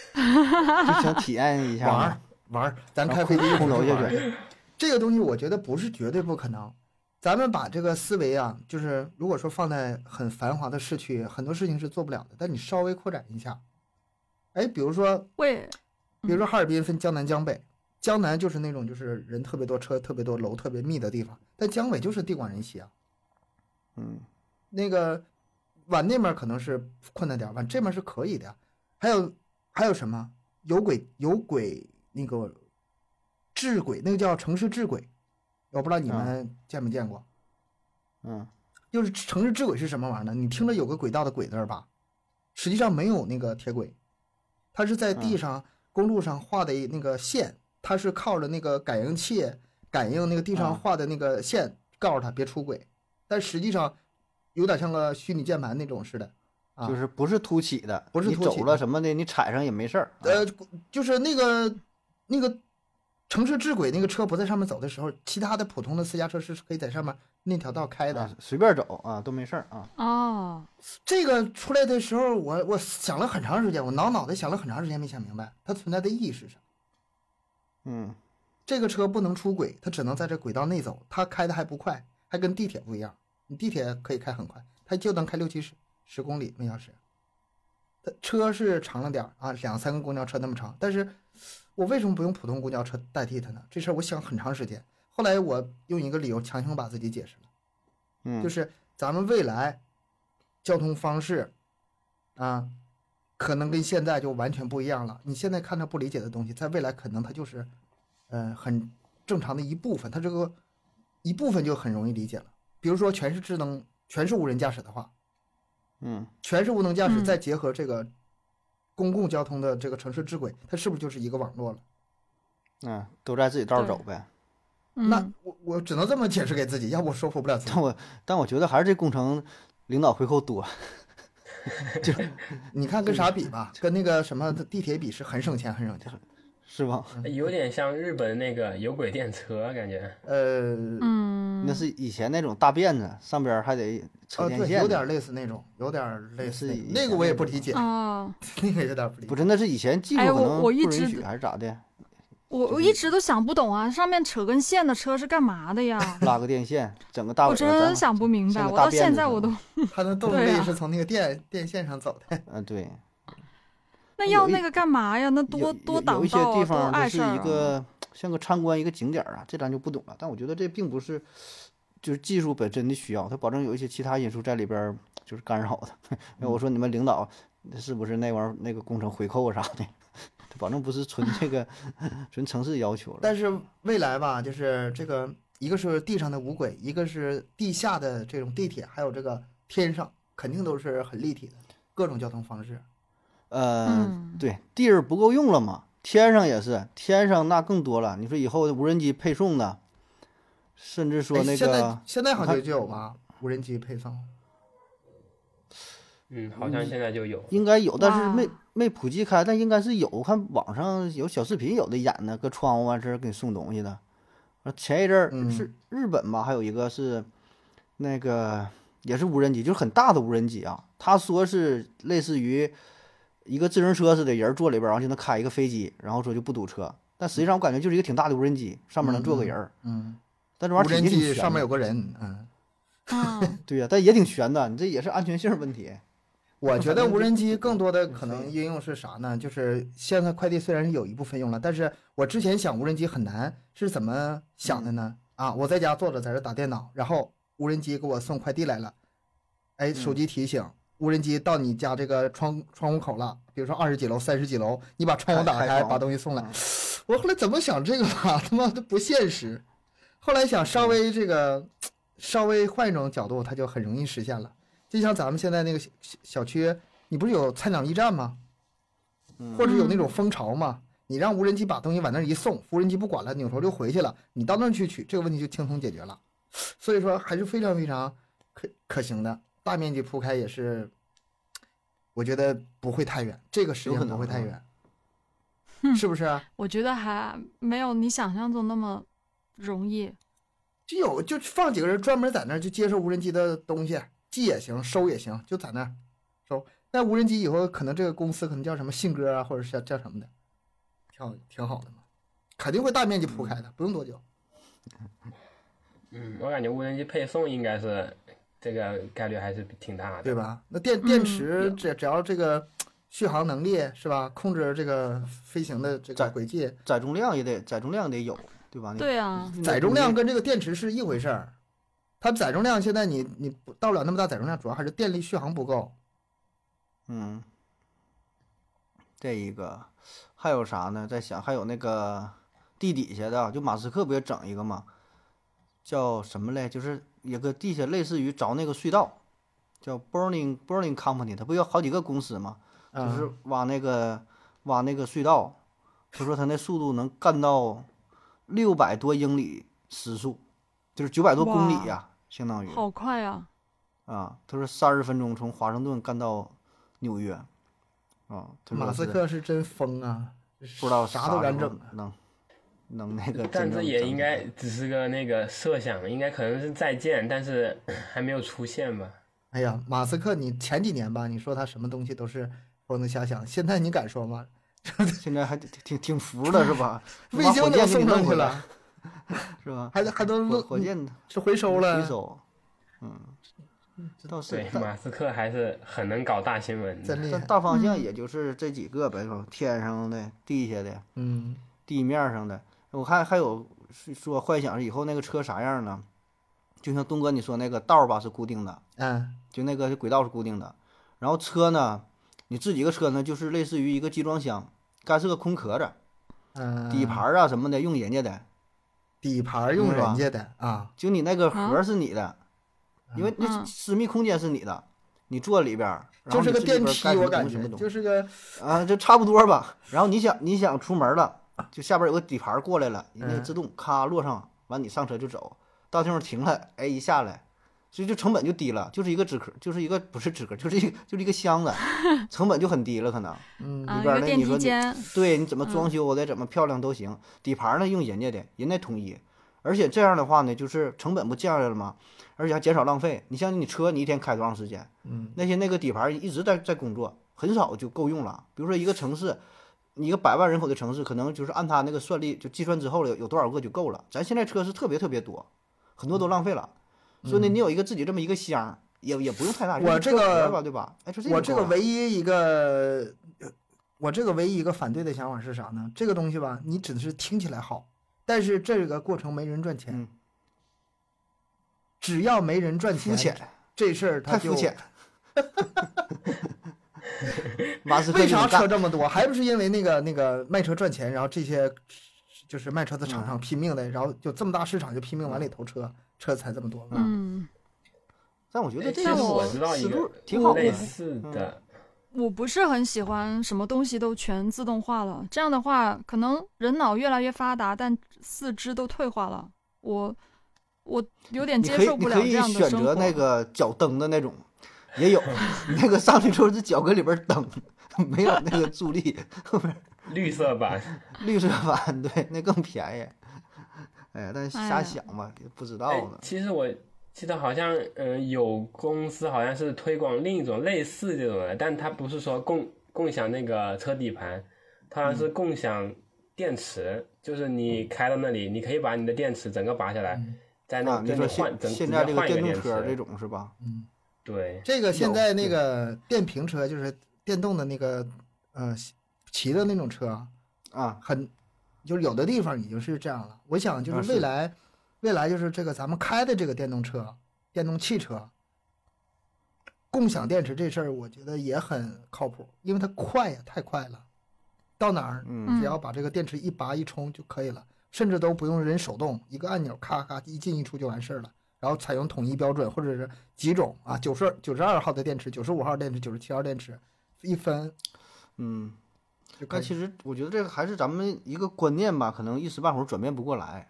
B: 就想体验一下
C: 玩
B: 嘛
C: 儿。玩儿，咱
B: 然
C: 开
B: 后
C: 飞机
B: 空
C: 我
B: 投
C: 们
B: 下
C: 玩儿
B: 去
C: 这个东西我觉得不是绝对不可能。咱们把这个思维啊，就是如果说放在很繁华的市区，很多事情是做不了的。但你稍微扩展一下，哎，比如说
D: 为
C: 比如
D: 嗯
C: 说哈尔滨分江南、江北，江南就是那种就是人特别多、车特别多、楼特别密的地方，但江北就是地广人稀啊。
B: 嗯，
C: 那个往那面可能是困难点儿，往这面是可以的呀。还有还有什么有轨有轨那个智轨，那个叫城市智轨，我不知道你们见没见过。
B: 嗯，
C: 就是城市智轨是什么玩意儿呢？你听着有个轨道的轨字儿吧，实际上没有那个铁轨，它是在地
B: 嗯
C: 上、公路上画的一那个线，它是靠着那个感应器感应那个地上
B: 嗯
C: 画的那个线，告诉它别出轨。但实际上有点像个虚拟键盘那种似的，啊
B: 就是不是凸起的，
C: 不是
B: 你
C: 凸起
B: 嗯啊走了什么的，你踩上也没事儿。
C: 呃，就是那个那个城市智轨那个车不在上面走的时候，其他的普通的私家车是可以在上面那条道开的
B: 啊。随便走啊都没事儿啊。
D: 哦，
C: 这个出来的时候，我我想了很长时间，我挠脑袋想了很长时间没想明白它存在的意义是啥。
B: 嗯，
C: 这个车不能出轨，它只能在这轨道内走，它开的还不快，还跟地铁不一样。你地铁可以开很快，它就能开六七十十公里每小时。它车是长了点儿啊，两三个公交车那么长，但是我为什么不用普通公交车代替它呢？这事儿我想很长时间，后来我用一个理由强行把自己解释了。
B: 嗯
C: 就是咱们未来交通方式啊，可能跟现在就完全不一样了。你现在看他不理解的东西，在未来可能它就是，呃，很正常的一部分，它这个一部分就很容易理解了。比如说全是智能，全是无人驾驶的话，
B: 嗯
C: 全是无人驾驶，
D: 嗯
C: 再结合这个公共交通的这个城市智轨，它是不是就是一个网络了？
B: 嗯，都在自己道儿走呗。
C: 那
D: 嗯，
C: 我我只能这么解释给自己，要不我说服不了自己
B: 但。我但我觉得还是这工程领导回扣多。
C: 你看跟啥比吧？跟那个什么地铁比是很省钱，很省钱。
B: 是吧？
C: 嗯
E: 哎有点像日本那个有轨电车感觉。
C: 呃，
D: 嗯，
B: 那是以前那种大辫子，上边儿还得扯
C: 啊，
B: 电
C: 对，
B: 线呢、
C: 有点类似那种，有点类似
B: 类似
C: 那种
B: 以
C: 那个
B: 前
C: 我也
B: 那
C: 不
B: 种
C: 理解，
D: 啊，
C: 那个有点不理
B: 不
C: 解。
B: 是，那是以前技术
D: 哎
B: 可
D: 我
B: 能不
D: 我一
B: 允
D: 直
B: 许还是咋的，
D: 我
B: 就
D: 我
B: 是
D: 一直都想不懂啊，上面扯根线的车是干嘛的呀？
B: 拉个电线，整个大
D: 我
B: 尾巴咱
D: 真
B: 们，
D: 想不明白，
B: 像个
D: 我
B: 大
D: 到
B: 辫
D: 现
B: 子
D: 在
B: 似
D: 我
B: 的
D: 都
C: 它的动
D: 对
C: 力
D: 啊
C: 是从那个电电线上走的，
B: 嗯、对，
D: 那
B: 有
D: 要
B: 一
D: 那个干嘛呀？那
B: 有
D: 多多
B: 有
D: 挡
B: 有一些
D: 道啊，
B: 地
D: 多
B: 方它
D: 碍
B: 是
D: 事儿
B: 一
D: 啊。
B: 个像个参观一个景点儿啊，这咱就不懂了。但我觉得这并不是就是技术本身的需要，它保证有一些其他因素在里边儿就是干扰的。 那我说你们领导是不是那玩意儿那个工程回扣啊啥的？ 它保证不是纯这个 纯城市要求了。
C: 但是未来吧，就是这个一个是地上的无轨，一个是地下的这种地铁，还有这个天上，肯定都是很立体的各种交通方式。
B: 呃，
D: 嗯
B: 对，地儿不够用了嘛，天上也是，天上那更多了。你说以后无人机配送的，甚至说
C: 哎
B: 那
C: 现在
B: 个，
C: 现在好
B: 我看
C: 像就有吧，无人机配送。
E: 嗯，好像现在就有。
B: 应该有，但是没
D: 哇
B: 没普及开，但应该是有。我看网上有小视频，有的演的，搁窗户啊完事儿给你送东西的。呃前一阵儿
C: 嗯
B: 是日本吧，还有一个是那个也是无人机，就是很大的无人机啊。他说是类似于一个自行车似的，人坐里边儿，然后就能开一个飞机，然后说就不堵车。但实际上我感觉就是一个挺大的无人机，上面能坐个人儿。
C: 嗯，
B: 但这玩
C: 无
B: 意儿
C: 人
B: 体积挺
C: 机
B: 悬
C: 上面
B: 的
C: 有个人，嗯，
D: 嗯，
B: 对呀、但也挺悬的，你这也是安全性问题。
C: 我觉得
B: 反正
C: 无人
B: 就
C: 机
B: 是
C: 更多的可
B: 飞
C: 能应用是啥呢？就是现在快递虽然是有一部分用了，但是我之前想无人机很难，是怎么想的呢？
B: 嗯
C: 啊，我在家坐着在这打电脑，然后无人机给我送快递来了，哎，手
B: 嗯
C: 机提醒，无人机到你家这个窗窗户口了，比如说二十几楼、三十几楼，你把窗户
B: 开
C: 打
B: 开
C: 开，
B: 窗
C: 把东西送来
B: 嗯。
C: 我后来怎么想这个吧， 他妈的不现实。后来想
B: 嗯
C: 稍微这个稍微换一种角度，它就很容易实现了。就像咱们现在那个小小小区，你不是有菜鸟驿站吗？
B: 嗯
C: 或者有那种蜂巢吗？你让无人机把东西往那儿一送，无人机不管了，扭头就回去了。你到那儿去取，这个问题就轻松解决了。所以说还是非常非常可可行的，大面积铺开也是，我觉得不会太远，这个时
B: 有可
C: 间
B: 能
C: 不会太
B: 啊
C: 远，
D: 哼
C: 是不是啊？
D: 我觉得还没有你想象中那么容易。
C: 就有就放几个人专门在那儿就接收无人机的东西，寄也行，收也行，就在那儿收。那无人机以后可能这个公司可能叫什么信鸽啊，或者是叫叫什么的，挺好挺好的嘛，肯定会大面积铺开的，不用多久。
E: 嗯，我感觉无人机配送应该是这个概率还是挺大
C: 对
E: 的。
C: 吧？那电电
D: 嗯
C: 池
D: 有
C: 只只要这个续航能力是吧，控制这个飞行的这
B: 载
C: 个轨迹，
B: 载重量也得载重量得有，对吧？你
D: 对啊，
B: 你
C: 载重量跟这个电池是一回事儿。它载重量现在你你不到不了那么大载重量，主要还是电力续航不够。
B: 嗯，这一个还有啥呢？在想还有那个地底下的啊，就马斯克不也整一个吗？叫什么嘞？就是一个地下类似于凿那个隧道，叫 Burning Burning Company，它不有好几个公司吗？
C: 啊
B: 就，是挖那个挖那个隧道，他说他那速度能干到六百多英里时速，就是九百多公里呀、相当于
D: 好快啊！
B: 啊，他说三十分钟从华盛顿干到纽约，啊，他说
C: 马斯
B: 是
C: 克是真疯啊！
B: 不知道
C: 啥都敢
B: 时候
C: 整
B: 能能那个真正整出来，
E: 但是也应该只是个那个设想，应该可能是再见，但是还没有出现吧？
C: 哎呀，马斯克，你前几年吧，你说他什么东西都是疯子瞎想，现在你敢说吗？
B: 现在还挺挺挺服 的是吧？
C: 卫
B: 把
C: 星
B: 火
C: 都
B: 箭给你
C: 送上
B: 弄
C: 去
B: 回来
C: 了，
B: 是吧？
C: 还还都
B: 火火
C: 弄
B: 箭
C: 是回收
B: 回
C: 了，
B: 收，嗯，这倒是
E: 对，
B: 但
E: 马斯克还是很能搞大新闻的
C: 真。厉
B: 但
C: 害。
B: 大方
C: 嗯
B: 向也就是这几个呗，是吧天上的、地下的、
C: 嗯，
B: 地面上的。我看还有是说幻想以后那个车啥样呢？就像东哥你说那个道儿吧是固定的，
C: 嗯，
B: 就那个轨道是固定的，然后车呢，你自己个车呢就是类似于一个集装箱，该是个空壳子，
C: 嗯，
B: 底盘儿啊什么的用人家的，
C: 底盘用
B: 是吧
C: 人家的啊，
B: 就你那个盒儿是你的，因为那
D: 嗯
B: 私密空间是你的，你坐里边儿，然
C: 就
B: 后
C: 是
B: 你
C: 个
B: 自己
C: 电
B: 边儿
C: 梯
B: 该，什
C: 我
B: 么东
C: 感
B: 西什
C: 觉
B: 么东西
C: 就是个
B: 啊，就差不多吧。然后你想你想出门了，就下边有个底盘过来了，人家
C: 嗯
B: 自动咔落上，完你上车就走，到地方停了，哎一下来，所以就成本就低了，就是一个纸壳，就是一个不是纸壳，就是一个就是一个箱子，成本就很低了，可能
C: 嗯
D: 啊，
B: 里
D: 一
B: 边儿
D: 个
B: 那
D: 电
B: 你说
D: 梯
B: 你
D: 间，嗯
B: 对你怎么装修的、怎么漂亮都行，底盘呢用人家的，人家统一，而且这样的话呢，就是成本不降下来了吗？而且还减少浪费。你像你车，你一天开多长时间？
C: 嗯，
B: 那些那个底盘一直在在工作，很少就够用了。比如说一个城市，你一个百万人口的城市，可能就是按他那个算力就计算之后了，有多少个就够了。咱现在车是特别特别多，很多都
C: 嗯
B: 浪费了。所以呢，你有一个自己这么一个箱儿，也也不用太大。
C: 我
B: 就一车
C: 这个
B: 壳儿吧，对吧？哎，就这
C: 我
B: 就
C: 这
B: 够
C: 个
B: 了
C: 唯一一个，呃我这个唯一一个反对的想法是啥呢？这个东西吧，你只是听起来好，但是这个过程没人赚钱
B: 嗯，
C: 只要没人赚钱，
B: 肤浅，
C: 这事儿它
B: 太肤
C: 就
B: 浅。马斯克
C: 为
B: 就
C: 啥
B: 能干
C: 车这么多？还不是因为那个那个卖车赚钱，然后这些就是卖车的厂商
B: 嗯
C: 拼命的，然后就这么大市场就拼命往里投车，车才这么多嘛。
D: 嗯，
B: 但我觉得
E: 哎
B: 这
E: 其
B: 个
E: 实
D: 但
E: 我
D: 我
E: 知道一
B: 思
E: 个
B: 路挺好的嗯
E: 类。似的，
D: 我不是很喜欢什么东西都全自动化了，这样的话，可能人脑越来越发达，但四肢都退化了。我我有点
B: 你
D: 接
B: 可以
D: 受
B: 你
D: 不
B: 可
D: 了这
B: 以
D: 样的
B: 选
D: 生
B: 择
D: 活。
B: 那个脚蹬的那种，也 有你那个上去之后是脚搁里边蹬，没有那个助力，后边
E: 绿色版。
B: 绿色版对那更便宜。哎呀，但是瞎
D: 哎呀
B: 想吧，也不知道
E: 哎
B: 呢。
E: 其实我记得好像，嗯、有公司好像是推广另一种类似这种的，但它不是说共共享那个车底盘，它好像是
B: 嗯
E: 共享电池，就是你开到那里，你可以把你的电池整个拔下来，在那
B: 啊，
E: 在
B: 你
E: 那
B: 说
E: 换
B: 现
E: 整
B: 现
E: 直
B: 在
E: 接
B: 这
E: 换一
B: 电
E: 个
B: 动
E: 电池
B: 车这种是吧？
C: 嗯，
E: 对，
C: 这个现
B: 有
C: 在那个电瓶车就是电动的那个呃骑的那种车啊，
B: 啊，
C: 很就是有的地方已经是这样了。我想就
B: 啊
C: 是
B: 是
C: 未来，未来就是这个咱们开的这个电动车、电动汽车，共享电池这事儿，我觉得也很靠谱，因为它快呀，太快了，到哪儿
B: 嗯，
D: 嗯
C: 只要把这个电池一拔一充就可以了，甚至都不用人手动，一个按钮咔咔一进一出就完事儿了。然后采用统一标准，或者是几种啊，九十九十二号的电池、九十五号电池、九十七号电池，一分
B: 嗯，
C: 就可
B: 但
C: 以。
B: 其实我觉得这个还是咱们一个观念吧，可能一时半会儿转变不过来。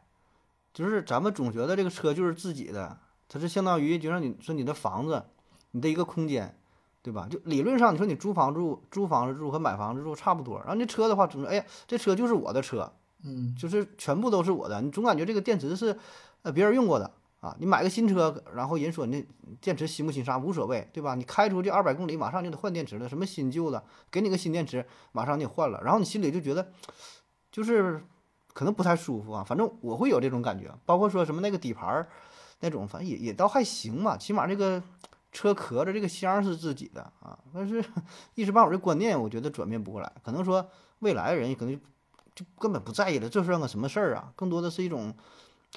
B: 就是咱们总觉得这个车就是自己的，它是相当于就像你说你的房子，你的一个空间，对吧？就理论上你说你租房住，租房子住和买房子住差不多。然后那车的话，总觉得哎呀，这车就是我的车，
C: 嗯，
B: 就是全部都是我的。你总感觉这个电池是呃别人用过的啊。你买个新车，然后人说你这电池新不新啥无所谓，对吧？你开出去二百公里，马上就得换电池了，什么新旧的，给你个新电池，马上你换了，然后你心里就觉得就是可能不太舒服啊。反正我会有这种感觉，包括说什么那个底盘儿那种，反正也也倒还行吧，起码这个。车壳子这个箱儿是自己的啊，但是 一时半会儿这观念，我觉得转变不过来。可能说未来人可能就就根本不在意了，这算个什么事儿啊？更多的是一种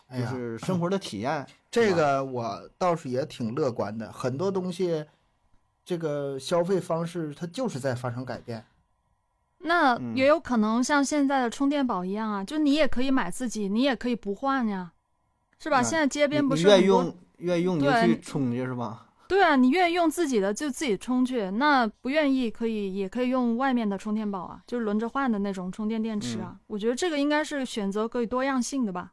C: 哎
B: 就
C: 呀，
B: 是生活的体 验。
C: 这
B: 吧
C: 个我倒是也挺乐观的，很多东西，这个消费方式它就是在发生改变。
D: 那
B: 嗯
D: 也有可能像现在的充电宝一样啊，就你也可以买自己，你也可以不换呀，是吧？
B: 嗯
D: 现在街边不
B: 你
D: 是
B: 愿
D: 很
B: 意
D: 多
B: 用愿意用你就
D: 对啊
B: 去充去是吧？
D: 对啊，你愿意用自己的就自己充去，那不愿意可以也可以用外面的充电宝啊，就是轮着换的那种充电电池啊。
B: 嗯
D: 我觉得这个应该是选择可以多样性的吧。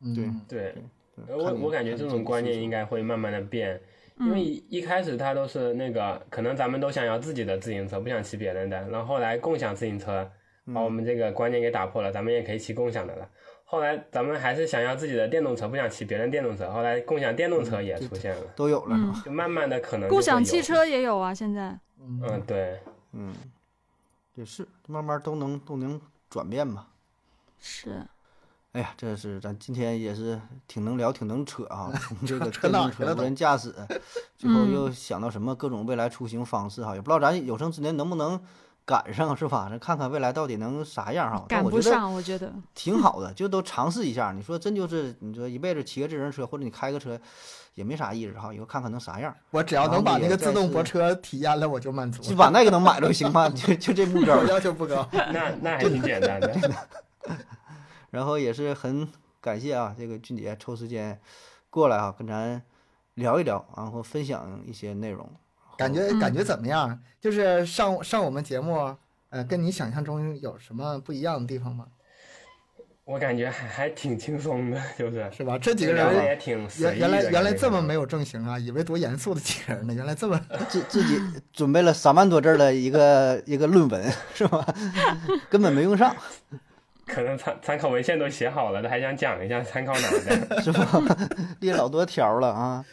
C: 嗯、
B: 对
E: 对，
B: 对
E: 呃我
B: 看你
E: 我感觉
B: 看
E: 这
B: 你
E: 种观念应
B: 该
E: 该会慢慢的变，因为
D: 嗯
E: 一一开始它都是那个，可能咱们都想要自己的自行车，不想骑别人的，然后后来共享自行车，把
C: 嗯
E: 我们这个观念给打破了，咱们也可以骑共享的了。后来咱们还是想要自己的电动车，不想骑别人电动车。后来共享电动
C: 嗯
E: 车也出现了，
B: 都有了是 吧？
E: 就慢慢的可能就
D: 嗯共
E: 会
D: 享
E: 有
D: 汽。车也有啊，现在
E: 嗯，对，
B: 嗯，也是慢慢都能都能转变吧。
D: 是
B: 哎呀，这是咱今天也是挺能聊，挺能扯 啊！从这个
C: 扯
B: 电
C: 哪
B: 动
C: 儿去了
B: 车、无
C: 都
B: 人驾 驶，最后
D: 嗯
B: 又想到什么各种未来出行方式哈，也不知道咱有生之年能不能赶上是吧？咱看看未来到底能啥样哈。但
D: 赶
B: 我
D: 不
B: 觉得
D: 上，我觉得
B: 挺好的，就都尝试一下。你说真就是你说一辈子骑个自行车或者你开个车，也没啥意思哈。以后看看能啥样，
C: 我只要能把那个自动
B: 然后
C: 泊
B: 也再
C: 车体验了，我就满足
B: 就
C: 了。
B: 把那个能买着行吧？ 就就这目标
C: 我。要求不高，
E: 那那还挺简单的。
B: 然后也是很感谢啊，这个俊杰抽时间过来啊，跟咱聊一聊，然后分享一些内容。
C: 感觉感觉怎么样？就是上上我们节目，呃，跟你想象中有什么不一样的地方吗？
E: 我感觉还还挺轻松的，就是
C: 是吧？这几个
E: 聊的
C: 人
E: 也挺
C: 原
E: 随意的
C: 原来原来这么
E: 感觉
C: 没有正形啊，以为多严肃的几个人呢，原来这么
B: 自自己准备了三万多字儿的一个一个论文是吧？ 根本没用上
E: 可能参参考文献都写好了，但还想讲一下参考哪 个？
B: 是吧？列老多条儿了啊，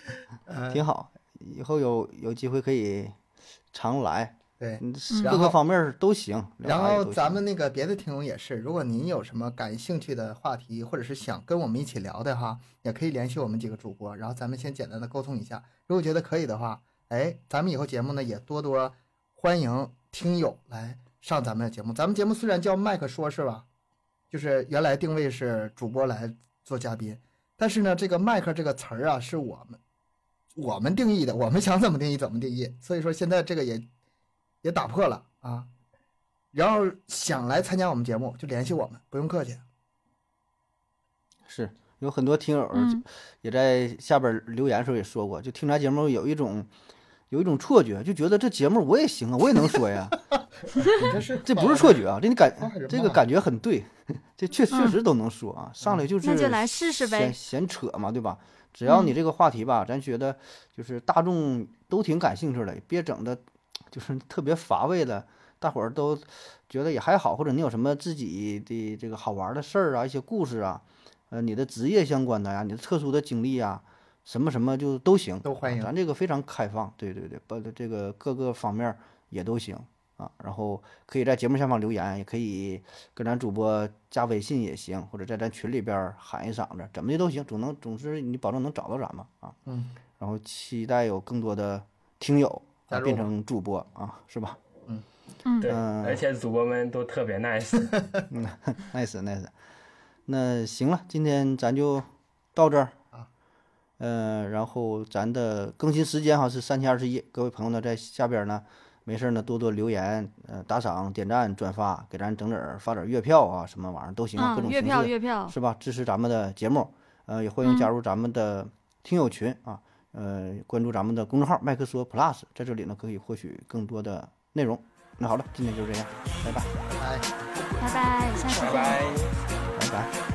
C: 呃
B: 挺好。以后有有机会可以常来，
C: 对。
B: 嗯
C: 然
B: 各个
C: 后
B: 方面儿都行。聊
C: 然
B: 啥也
C: 后
B: 都
C: 咱
B: 行
C: 们那个别的听众也是，如果您有什么感兴趣的话题，或者是想跟我们一起聊的哈，也可以联系我们几个主播，然后咱们先简单的沟通一下。如果觉得可以的话，哎，咱们以后节目呢也多多欢迎听友来上咱们的节目。咱们节目虽然叫麦克说，是吧？就是原来定位是主播来做嘉宾，但是呢，这个麦克这个词儿啊，是我们我们定义的，我们想怎么定义怎么定义。所以说现在这个也也打破了啊。然后想来参加我们节目就联系我们，不用 客气。
B: 是有很多听友儿
D: 嗯
B: 也在下边儿留言时候也说过，就听咱节目有一种有一种错觉，就觉得这节目我也行啊，我也能说 呀。
C: 你这是
B: 这不是错觉啊，这你感
C: 骂人
B: 这
C: 骂
B: 个
C: 人
B: 感觉很对， 这确确实都能说啊，上来就是
D: 嗯那就来试试呗嗯
B: 闲闲扯嘛，对吧？只要你这个话题吧，咱觉得就是大众都挺感兴趣的，别整的，就是特别乏味的，大伙儿都觉得也还好，或者你有什么自己的这个好玩的事儿啊，一些故事啊，呃，你的职业相关的呀、你的特殊的经历啊，什么什么就都行，
C: 都欢迎
B: 啊咱这个非常开放，对对对，把这个各个方面儿也都行啊。然后可以在节目下方留言，也可以跟咱主播加微信也行，或者在咱群里边儿喊一嗓子，怎么的都行，总能总之你保证能找到咱们啊。
C: 嗯，
B: 然后期待有更多的听友
C: 加
B: 啊
C: 入
B: 变
C: 我
B: 成主播啊，是吧？
E: 对，
C: 哎
B: 嗯
E: 而且主播们都特别 nice。
B: nice nice，那行了，今天咱就到这儿
C: 啊。
B: 呃，然后咱的更新时间哈是三七二十一，各位朋友呢在下边呢，没事儿呢多多留言，呃，打赏、点赞、转发，给咱整点儿发点儿月票啊，什么玩意儿都行啊，各
D: 嗯，
B: 种
D: 月
B: 形
D: 票
B: 式
D: 月票，嗯
B: 是吧？支持咱们的节目，呃，也欢迎加入咱们的听友群啊，呃，关注咱们的公众号麦克说 Plus，在这里呢可以获取更多的内容。那好了，今天就这样，拜拜，
C: 哎。
D: 拜拜，下次
E: 拜
D: 见。
E: 拜。
B: 拜拜。